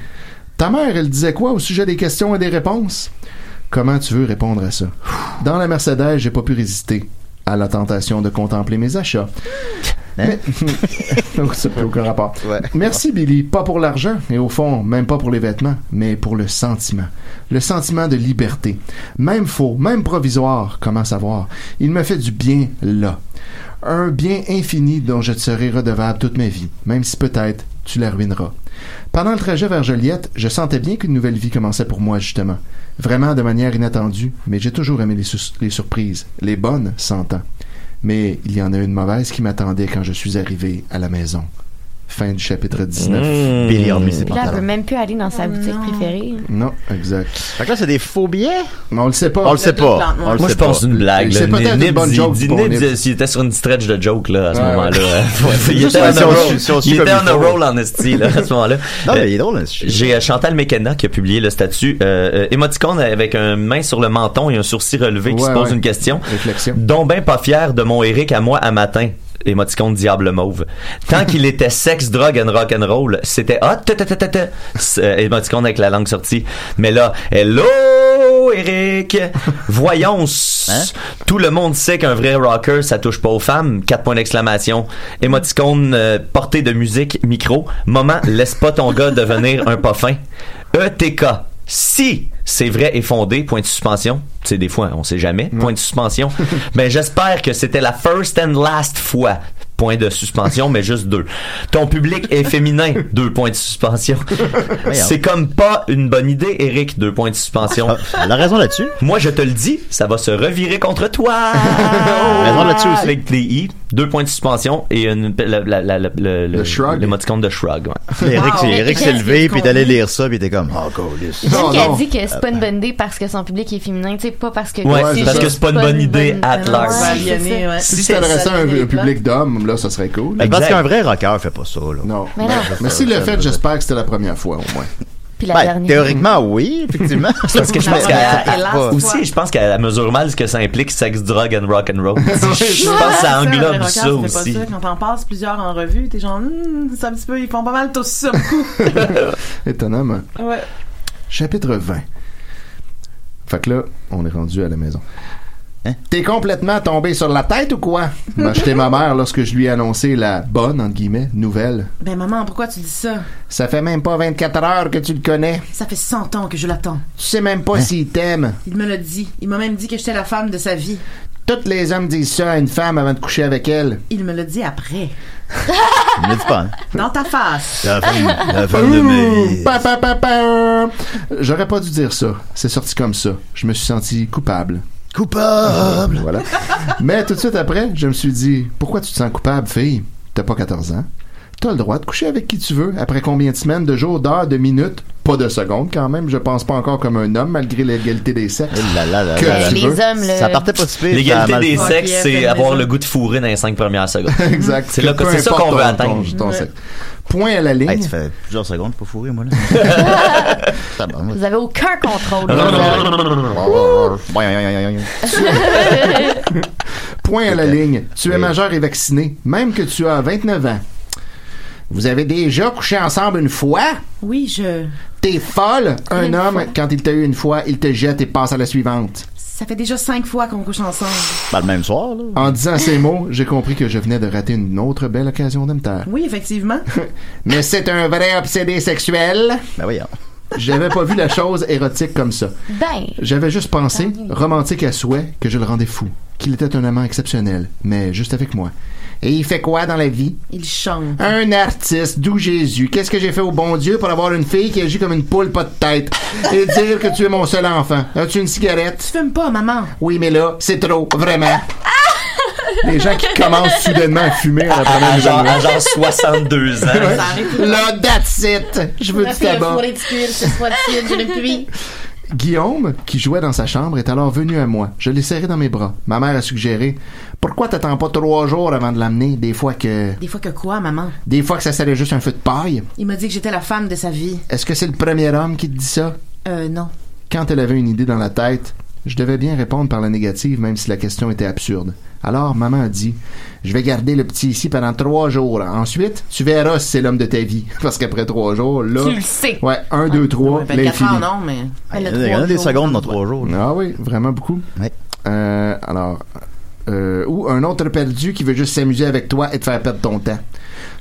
[SPEAKER 5] Ta mère, elle disait quoi au sujet des questions et des réponses? Comment tu veux répondre à ça? Dans la Mercedes, j'ai pas pu résister à la tentation de contempler mes achats. Mais- Ça n'a aucun rapport. Merci Billy, pas pour l'argent et au fond, même pas pour les vêtements, mais pour le sentiment. Le sentiment de liberté. Même faux, même provisoire, comment savoir? Il me fait du bien là. Un bien infini dont je te serai redevable toute ma vie, même si peut-être tu la ruineras. Pendant le trajet vers Joliette, je sentais bien qu'une nouvelle vie commençait pour moi, justement. Vraiment de manière inattendue, mais j'ai toujours aimé les, sus- les surprises, les bonnes, s'entend. Mais il y en a une mauvaise qui m'attendait quand je suis arrivé à la maison. Fin du chapitre 19.
[SPEAKER 3] Mmh. Billy a remis ses
[SPEAKER 8] Puis là, elle peut même plus aller dans sa boutique préférée.
[SPEAKER 5] Non, exact. Fait
[SPEAKER 3] que là, c'est des faux billets?
[SPEAKER 5] on le sait pas.
[SPEAKER 4] On le sait pas.
[SPEAKER 5] On le
[SPEAKER 4] Moi,
[SPEAKER 5] sait
[SPEAKER 4] je pense
[SPEAKER 5] pas.
[SPEAKER 4] une blague.
[SPEAKER 5] C'est
[SPEAKER 4] là.
[SPEAKER 5] peut-être
[SPEAKER 4] Nibs,
[SPEAKER 5] une bonne
[SPEAKER 4] il
[SPEAKER 5] joke
[SPEAKER 4] dit
[SPEAKER 5] du bon
[SPEAKER 4] Nibs,
[SPEAKER 5] Nibs.
[SPEAKER 4] il était sur une stretch de joke là, à ce
[SPEAKER 5] Ouais,
[SPEAKER 4] moment-là.
[SPEAKER 5] ouais.
[SPEAKER 4] il
[SPEAKER 5] Juste
[SPEAKER 4] était
[SPEAKER 5] si on
[SPEAKER 4] on a roll,
[SPEAKER 5] suit- si on suit
[SPEAKER 4] il
[SPEAKER 5] comme
[SPEAKER 4] était
[SPEAKER 5] il
[SPEAKER 4] on a
[SPEAKER 5] faut.
[SPEAKER 4] roll en esti là, à ce moment-là.
[SPEAKER 3] Non, mais
[SPEAKER 4] Euh,
[SPEAKER 3] il est drôle,
[SPEAKER 4] J'ai euh, Chantal McKenna qui a publié le statut euh, euh, émoticône avec un main sur le menton et un sourcil relevé qui
[SPEAKER 5] Ouais,
[SPEAKER 4] se pose
[SPEAKER 5] ouais.
[SPEAKER 4] une question.
[SPEAKER 5] Réflexion.
[SPEAKER 4] Dont ben pas fier de mon Eric à moi à matin. Émoticône diable mauve. Tant qu'il était sexe, drogue and rock and roll, c'était hot. ta, ta, ta, ta, ta. C'est, euh, Émoticône avec la langue sortie. Mais là, hello Eric. Voyons. Tout le monde sait qu'un vrai rocker, ça touche pas aux femmes. Quatre points d'exclamation. Émoticône euh, portée de musique micro. Moment, laisse pas ton gars devenir un pas fin. E ETK. Si c'est vrai et fondé, point de suspension, tu sais, des fois, on sait jamais, point de suspension, ben j'espère que c'était la first and last fois, point de suspension, mais juste deux. Ton public est féminin, deux points de suspension. c'est comme pas une bonne idée, Eric, deux points de suspension.
[SPEAKER 3] Elle a raison là-dessus.
[SPEAKER 4] Moi, je te le dis, ça va se revirer contre toi.
[SPEAKER 3] raison là-dessus aussi.
[SPEAKER 4] Avec des i, deux points de suspension et une, la, la, la- la- le, le- l'émoticône de shrug. ouais.
[SPEAKER 3] Eric, s'est-
[SPEAKER 8] Mais
[SPEAKER 3] Eric
[SPEAKER 8] qu'est-ce
[SPEAKER 3] s'est levé,
[SPEAKER 8] qu'on
[SPEAKER 3] puis il est allé
[SPEAKER 8] dit?
[SPEAKER 3] lire ça, puis il était comme, oh, golis.
[SPEAKER 8] J'aime qu'elle dit que c'est pas une bonne idée parce que son public est féminin, tu sais, pas parce que.
[SPEAKER 4] Ouais, c'est parce que c'est pas une bonne idée at large.
[SPEAKER 8] c'est ça.
[SPEAKER 5] Si tu t'adressais à un un public d'hommes, là, ça serait cool.
[SPEAKER 3] Ben, parce qu'un vrai rocker fait pas ça, là.
[SPEAKER 5] Non.
[SPEAKER 8] Mais non.
[SPEAKER 5] Mais s'il le fait, j'espère que c'était la première fois, au moins.
[SPEAKER 8] Puis la
[SPEAKER 3] Ben,
[SPEAKER 8] dernière.
[SPEAKER 3] théoriquement, oui, effectivement.
[SPEAKER 4] C'est parce que je pense
[SPEAKER 3] Mais-
[SPEAKER 4] qu'elle
[SPEAKER 3] Ah,
[SPEAKER 4] elle-
[SPEAKER 3] pas.
[SPEAKER 4] aussi, je pense qu'elle mesure mal ce que ça implique sexe, drogue and rock and roll. je pense que ça englobe ça, aussi.
[SPEAKER 7] Pas ça. Quand t'en passes plusieurs en revue, t'es genre, hmm, c'est un petit peu, ils font pas mal tous ça.
[SPEAKER 5] Étonnamment.
[SPEAKER 7] ouais.
[SPEAKER 5] Chapitre 20. Fait que là, on est rendu à la maison. Hein? T'es complètement tombé sur la tête ou quoi? M'a acheté ma mère lorsque je lui ai annoncé la bonne, entre guillemets, nouvelle.
[SPEAKER 7] Ben maman, pourquoi tu dis ça?
[SPEAKER 5] Ça fait même pas 24 heures que tu le connais.
[SPEAKER 7] Ça fait 100 ans que je l'attends.
[SPEAKER 5] Tu sais même pas s'il t'aime.
[SPEAKER 7] Il me l'a dit. Il m'a même dit que j'étais la femme de sa vie.
[SPEAKER 5] Toutes les hommes disent ça à une femme avant de coucher avec elle.
[SPEAKER 7] Il me l'a dit après.
[SPEAKER 3] Il me dit pas, hein.
[SPEAKER 7] Dans ta face.
[SPEAKER 3] La femme, la femme de ma vie.
[SPEAKER 5] Pa, pa, pa, pa. J'aurais pas dû dire ça. C'est sorti comme ça. Je me suis senti coupable.
[SPEAKER 3] Coupable!
[SPEAKER 5] Voilà. Mais tout de suite après, je me suis dit, pourquoi tu te sens coupable, fille? t'as pas 14 ans, t'as le droit de coucher avec qui tu veux. Après combien de semaines, de jours, d'heures, de minutes, pas de secondes quand même. Je pense pas encore comme un homme malgré l'égalité des sexes. que
[SPEAKER 8] là.
[SPEAKER 5] tu
[SPEAKER 8] Les
[SPEAKER 5] veux.
[SPEAKER 8] hommes, le-
[SPEAKER 5] Ça partait pas si pire, ça a
[SPEAKER 4] L'égalité
[SPEAKER 5] mal
[SPEAKER 4] des
[SPEAKER 5] fini.
[SPEAKER 4] sexes, c'est avoir le goût de fourrer dans les cinq premières secondes.
[SPEAKER 5] Exact.
[SPEAKER 4] C'est là que
[SPEAKER 5] Peu
[SPEAKER 4] c'est ça
[SPEAKER 5] importe
[SPEAKER 4] qu'on veut
[SPEAKER 5] ton-
[SPEAKER 4] atteindre.
[SPEAKER 5] ton- ton sexe. Point à la ligne.
[SPEAKER 8] Mmh.
[SPEAKER 3] tu fais plusieurs secondes pour fourrer, moi, là. Tabarnak.
[SPEAKER 8] Vous avez aucun contrôle.
[SPEAKER 5] Point à la ligne. Tu es majeur et vacciné, même que tu as 29 ans. Vous avez déjà couché ensemble une fois?
[SPEAKER 7] Oui, je.
[SPEAKER 5] T'es folle! Un
[SPEAKER 7] Une
[SPEAKER 5] homme,
[SPEAKER 7] fois.
[SPEAKER 5] quand il t'a eu une fois, il te jette et passe à la suivante.
[SPEAKER 7] Ça fait déjà cinq fois qu'on couche ensemble.
[SPEAKER 3] Ben, le même soir, là.
[SPEAKER 5] En disant ces mots, j'ai compris que je venais de rater une autre belle occasion de me taire.
[SPEAKER 7] Oui, effectivement.
[SPEAKER 5] Mais c'est un vrai obsédé sexuel.
[SPEAKER 3] Ben voyons.
[SPEAKER 5] J'avais pas vu la chose érotique comme ça.
[SPEAKER 8] Ben,
[SPEAKER 5] J'avais juste pensé, romantique à souhait, que je le rendais fou. Qu'il était un amant exceptionnel, mais juste avec moi. Et il fait quoi dans la vie?
[SPEAKER 7] Il chante.
[SPEAKER 5] Un artiste, d'où Jésus. Qu'est-ce que j'ai fait au bon Dieu pour avoir une fille qui agit comme une poule pas de tête? Et dire que tu es mon seul enfant. As-tu une cigarette?
[SPEAKER 7] Tu fumes pas, maman.
[SPEAKER 5] Oui, mais là, c'est trop, vraiment. Les gens qui commencent soudainement à fumer à la
[SPEAKER 7] Ah!
[SPEAKER 5] première
[SPEAKER 4] À
[SPEAKER 5] nouvelle
[SPEAKER 4] genre,
[SPEAKER 5] année.
[SPEAKER 4] à genre 62 ans.
[SPEAKER 5] Là, that's it! Je veux du tabac. Guillaume, qui jouait dans sa chambre, est alors venu à moi. Je l'ai serré dans mes bras. Ma mère a suggéré Pourquoi t'attends pas trois jours avant de l'amener Des fois que.
[SPEAKER 7] Des fois que quoi, maman?
[SPEAKER 5] Des fois que ça serait juste un feu de paille.
[SPEAKER 7] Il m'a dit que j'étais la femme de sa vie.
[SPEAKER 5] Est-ce que c'est le premier homme qui te dit ça
[SPEAKER 7] Euh, non.
[SPEAKER 5] Quand elle avait une idée dans la tête, je devais bien répondre par la négative, même si la question était absurde. Alors, maman a dit Je vais garder le petit ici pendant trois jours. Ensuite, tu verras si c'est l'homme de ta vie. Parce qu'après trois jours, là.
[SPEAKER 7] Tu le sais.
[SPEAKER 5] Ouais, un, deux, trois,
[SPEAKER 7] Ben, quatre
[SPEAKER 5] l'infini.
[SPEAKER 7] ans, non, mais.
[SPEAKER 3] Il y en a des secondes dans trois jours, là.
[SPEAKER 5] Ah oui, vraiment beaucoup. Euh, alors, euh, ou un autre perdu qui veut juste s'amuser avec toi et te faire perdre ton temps.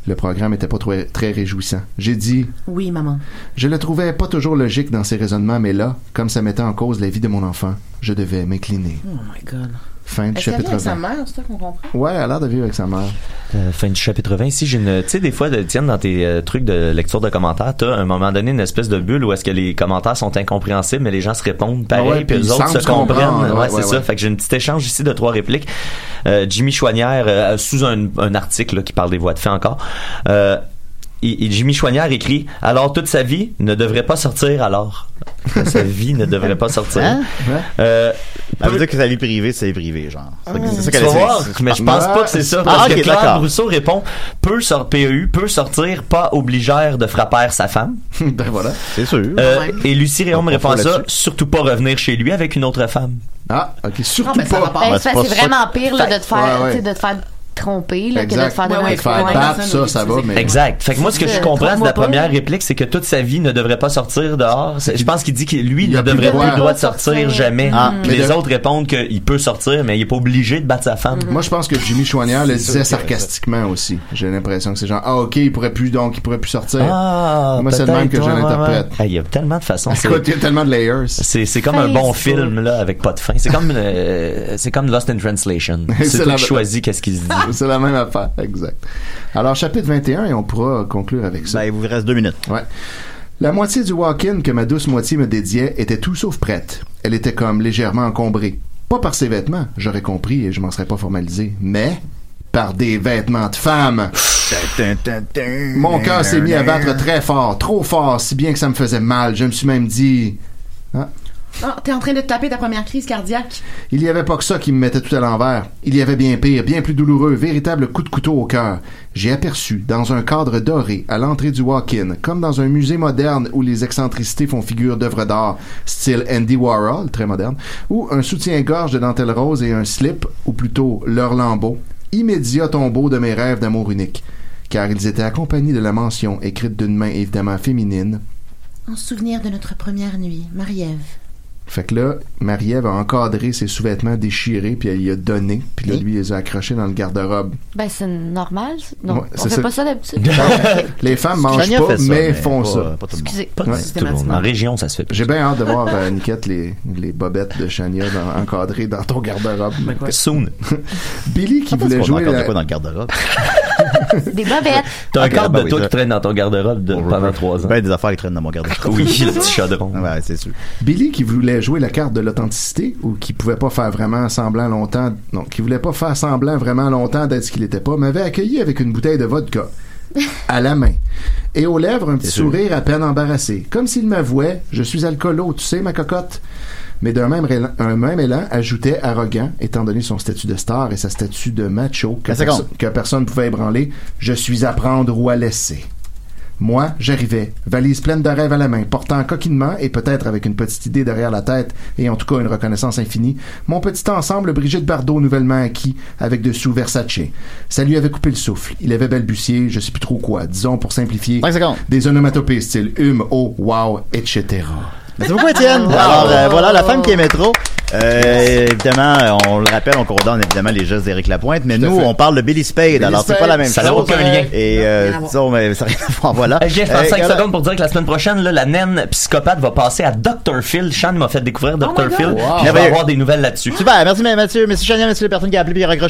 [SPEAKER 5] Le programme était pas trop- très réjouissant. J'ai dit,
[SPEAKER 7] Oui, maman.
[SPEAKER 5] je le trouvais pas toujours logique dans ses raisonnements, mais là, comme ça mettait en cause la vie de mon enfant, je devais m'incliner.
[SPEAKER 7] Oh my god.
[SPEAKER 5] Fin du
[SPEAKER 7] Est-ce qu'elle vit
[SPEAKER 5] chapitre
[SPEAKER 7] avec sa
[SPEAKER 5] 20.
[SPEAKER 7] mère, c'est ça qu'on comprend?
[SPEAKER 5] Ouais, elle a l'air de vivre avec sa mère.
[SPEAKER 4] Euh, fin du chapitre 20. Ici, j'ai une. Tu sais, des fois, de- Tienne, dans tes euh, trucs de lecture de commentaires, t'as à un moment donné une espèce de bulle où est-ce que les commentaires sont incompréhensibles, mais les gens se répondent pareil,
[SPEAKER 5] Ah ouais,
[SPEAKER 4] puis
[SPEAKER 5] puis
[SPEAKER 4] les
[SPEAKER 5] ils
[SPEAKER 4] autres se
[SPEAKER 5] semblent se
[SPEAKER 4] comprennent.
[SPEAKER 5] comprendre.
[SPEAKER 4] Ouais,
[SPEAKER 5] Ouais,
[SPEAKER 4] c'est
[SPEAKER 5] ouais,
[SPEAKER 4] ça.
[SPEAKER 5] ouais.
[SPEAKER 4] Fait que j'ai un petit échange ici de trois répliques. Euh, Jimmy Chouanière, euh, sous un, un article là, qui parle des voix de fait encore. Euh, et- et Jimmy Chouanière écrit Alors toute sa vie ne devrait pas sortir alors. sa vie ne devrait pas sortir.
[SPEAKER 3] Hein?
[SPEAKER 4] Euh,
[SPEAKER 3] Ça veut dire que sa vie privée, c'est privé, genre.
[SPEAKER 5] Ah
[SPEAKER 3] C'est ça que- c'est ça
[SPEAKER 4] tu
[SPEAKER 3] qu'elle
[SPEAKER 4] vas
[SPEAKER 3] essaie-
[SPEAKER 4] voir, mais je pense pas que c'est ça.
[SPEAKER 3] Ah,
[SPEAKER 4] Parce
[SPEAKER 3] ok,
[SPEAKER 4] que Claire
[SPEAKER 3] d'accord.
[SPEAKER 4] Brousseau répond peut, sor- PEU, peut sortir, pas obligère de frapper sa femme.
[SPEAKER 5] ben voilà.
[SPEAKER 3] C'est sûr.
[SPEAKER 4] Euh, et Lucie Réon me
[SPEAKER 3] Pas
[SPEAKER 4] répond à
[SPEAKER 3] faux
[SPEAKER 4] ça
[SPEAKER 3] là-dessus.
[SPEAKER 4] surtout pas revenir chez lui avec une autre femme.
[SPEAKER 5] Ah, ok, surtout
[SPEAKER 7] Ah, ben, ça
[SPEAKER 5] pas.
[SPEAKER 7] va pas.
[SPEAKER 8] ben,
[SPEAKER 3] bah,
[SPEAKER 8] c'est
[SPEAKER 3] c'est pas
[SPEAKER 8] c'est
[SPEAKER 3] ça.
[SPEAKER 8] vraiment pire là, de te faire,
[SPEAKER 5] Ouais, ouais.
[SPEAKER 8] tu sais, de te faire tromper là, que de
[SPEAKER 5] Exact.
[SPEAKER 8] te faire
[SPEAKER 7] Ouais,
[SPEAKER 8] donner
[SPEAKER 7] ouais,
[SPEAKER 8] un
[SPEAKER 5] Te
[SPEAKER 8] coup
[SPEAKER 5] faire
[SPEAKER 8] de poing.
[SPEAKER 5] battre,
[SPEAKER 7] ça,
[SPEAKER 5] ça,
[SPEAKER 7] nous,
[SPEAKER 5] ça
[SPEAKER 7] tu
[SPEAKER 5] va,
[SPEAKER 7] sais.
[SPEAKER 5] mais.
[SPEAKER 4] Exact. Fait que moi, ce que
[SPEAKER 8] Euh,
[SPEAKER 4] je comprends de la
[SPEAKER 8] trompe-moi pas.
[SPEAKER 4] première réplique, c'est que toute sa vie ne devrait pas sortir dehors. C'est- Je pense qu'il dit que lui
[SPEAKER 5] Il
[SPEAKER 4] ne
[SPEAKER 5] a plus
[SPEAKER 4] devrait
[SPEAKER 5] le droit.
[SPEAKER 4] plus le droit de sortir
[SPEAKER 8] Sortir.
[SPEAKER 4] jamais.
[SPEAKER 3] Ah.
[SPEAKER 4] Puis
[SPEAKER 5] Mais
[SPEAKER 4] les
[SPEAKER 5] de-
[SPEAKER 4] autres répondent qu'il peut sortir, mais il est pas obligé de battre sa femme.
[SPEAKER 5] Moi, je pense que Jimmy Chouanière le disait sarcastiquement aussi. J'ai l'impression que c'est genre, ah, ok, il pourrait plus, donc, il pourrait plus sortir.
[SPEAKER 4] Ah,
[SPEAKER 5] Moi, c'est le
[SPEAKER 4] peut-être,
[SPEAKER 5] même que je
[SPEAKER 4] ouais, ouais,
[SPEAKER 5] l'interprète.
[SPEAKER 4] ouais. Hey, Il y a tellement de façons. c'est-
[SPEAKER 5] Écoute, il y a tellement de layers.
[SPEAKER 4] C'est c'est comme un
[SPEAKER 8] Facebook.
[SPEAKER 4] bon film là avec pas de fin. C'est comme euh, c'est comme Lost in Translation.
[SPEAKER 5] C'est
[SPEAKER 4] C'est toi
[SPEAKER 5] la-
[SPEAKER 4] qui choisis qu'est-ce qu'il se dit.
[SPEAKER 5] C'est la même affaire, exact. Alors, chapitre 21, et on pourra conclure avec ça.
[SPEAKER 3] Ben, il vous reste deux minutes.
[SPEAKER 5] Ouais. La moitié du walk-in que ma douce moitié me dédiait était tout sauf prête. Elle était comme légèrement encombrée. Pas par ses vêtements, j'aurais compris et je m'en serais pas formalisé, mais par des vêtements de femme. Mon cœur s'est mis à battre très fort, trop fort, si bien que ça me faisait mal. Je me suis même dit...
[SPEAKER 7] Ah, t'es en train de te taper ta première crise cardiaque.
[SPEAKER 5] Il y avait pas que ça qui me mettait tout à l'envers. Il y avait bien pire, bien plus douloureux, véritable coup de couteau au cœur. J'ai aperçu, dans un cadre doré, à l'entrée du walk-in, comme dans un musée moderne où les excentricités font figure d'œuvres d'art, style Andy Warhol, très moderne, ou un soutien-gorge de dentelle rose et un slip, ou plutôt leur lambeau, immédiat tombeau de mes rêves d'amour unique. Car ils étaient accompagnés de la mention, écrite d'une main évidemment féminine,
[SPEAKER 7] En souvenir de notre première nuit, Marie-Ève.
[SPEAKER 5] fait que là, Marie-Ève a encadré ses sous-vêtements déchirés, puis elle y a donné, puis là, lui, il les a accrochés dans le garde-robe.
[SPEAKER 8] Ben, c'est normal. ça. Non,
[SPEAKER 5] Ouais,
[SPEAKER 8] on
[SPEAKER 5] c'est
[SPEAKER 8] fait
[SPEAKER 5] ça.
[SPEAKER 8] pas ça d'habitude.
[SPEAKER 5] Les femmes mangent
[SPEAKER 3] Chania
[SPEAKER 5] pas,
[SPEAKER 3] fait ça,
[SPEAKER 5] mais font
[SPEAKER 3] pas-
[SPEAKER 5] ça.
[SPEAKER 3] pas tout le monde.
[SPEAKER 8] Excusez.
[SPEAKER 4] Pas du tout.
[SPEAKER 7] systématiquement.
[SPEAKER 4] En région, ça se fait.
[SPEAKER 5] J'ai bien hâte de voir, euh, Niquette, les, les bobettes de Chania dans- encadrées dans ton garde-robe.
[SPEAKER 4] Soon.
[SPEAKER 5] Billy qui
[SPEAKER 3] Attends,
[SPEAKER 5] voulait
[SPEAKER 3] c'est qu'on
[SPEAKER 5] jouer
[SPEAKER 3] a encore de
[SPEAKER 5] la-
[SPEAKER 3] quoi dans le garde-robe.
[SPEAKER 8] Des bobettes.
[SPEAKER 4] T'as un
[SPEAKER 5] ah
[SPEAKER 3] Ok,
[SPEAKER 4] cadre
[SPEAKER 5] bah
[SPEAKER 3] ben
[SPEAKER 4] de
[SPEAKER 3] oui,
[SPEAKER 4] toi
[SPEAKER 3] ça-
[SPEAKER 4] qui traîne dans ton garde-robe de- pendant trois ans.
[SPEAKER 3] Ben, des affaires qui traînent dans mon garde-robe.
[SPEAKER 4] Oui, le petit chaudron.
[SPEAKER 3] Ouais, c'est sûr.
[SPEAKER 5] Billy qui voulait jouer la carte de l'authenticité ou qui pouvait pas faire vraiment semblant longtemps, non, qui voulait pas faire semblant vraiment longtemps d'être ce qu'il était pas, m'avait accueilli avec une bouteille de vodka à la main et aux lèvres un petit sourire à peine embarrassé, comme s'il m'avouait "Je suis alcoolo, tu sais ma cocotte." Mais d'un même, élan- un même élan, ajoutait arrogant, étant donné son statut de star et sa statut de macho que,
[SPEAKER 3] La seconde.
[SPEAKER 5] perso- que personne ne pouvait ébranler, je suis à prendre ou à laisser. Moi, j'arrivais, valise pleine de rêves à la main, portant coquinement et peut-être avec une petite idée derrière la tête et en tout cas une reconnaissance infinie, mon petit ensemble Brigitte Bardot nouvellement acquis avec de sous Versace. Ça lui avait coupé le souffle. Il avait balbutié, je sais plus trop quoi, disons pour simplifier, des onomatopées style hum, oh, wow, etc.
[SPEAKER 3] Merci beaucoup, Étienne. Alors, euh, voilà, la femme qui aimait trop. Euh, évidemment, euh, on le rappelle, on condamne évidemment les gestes d'Éric Lapointe, mais nous,
[SPEAKER 4] fait.
[SPEAKER 3] on parle de Billy Spade,
[SPEAKER 4] Billy
[SPEAKER 3] alors c'est pas
[SPEAKER 4] Spade,
[SPEAKER 3] la même
[SPEAKER 4] ça n'a
[SPEAKER 3] chose.
[SPEAKER 4] aucun lien.
[SPEAKER 3] Et,
[SPEAKER 4] rien
[SPEAKER 3] euh,
[SPEAKER 4] à voir.
[SPEAKER 3] disons, mais ça n'a rien à voir, voilà.
[SPEAKER 4] Hey, Jeff, en
[SPEAKER 3] Euh,
[SPEAKER 4] 5
[SPEAKER 3] voilà.
[SPEAKER 4] secondes pour dire que la semaine prochaine, là, la naine psychopathe va passer à Dr. Phil. Sean m'a fait découvrir Dr.
[SPEAKER 3] my God.
[SPEAKER 4] Phil.
[SPEAKER 3] Wow.
[SPEAKER 4] puis je vais
[SPEAKER 3] Merveilleux.
[SPEAKER 4] avoir des nouvelles là-dessus.
[SPEAKER 3] Super, merci mais- Mathieu, merci Chania, merci les personnes qui a appelé et raccroché.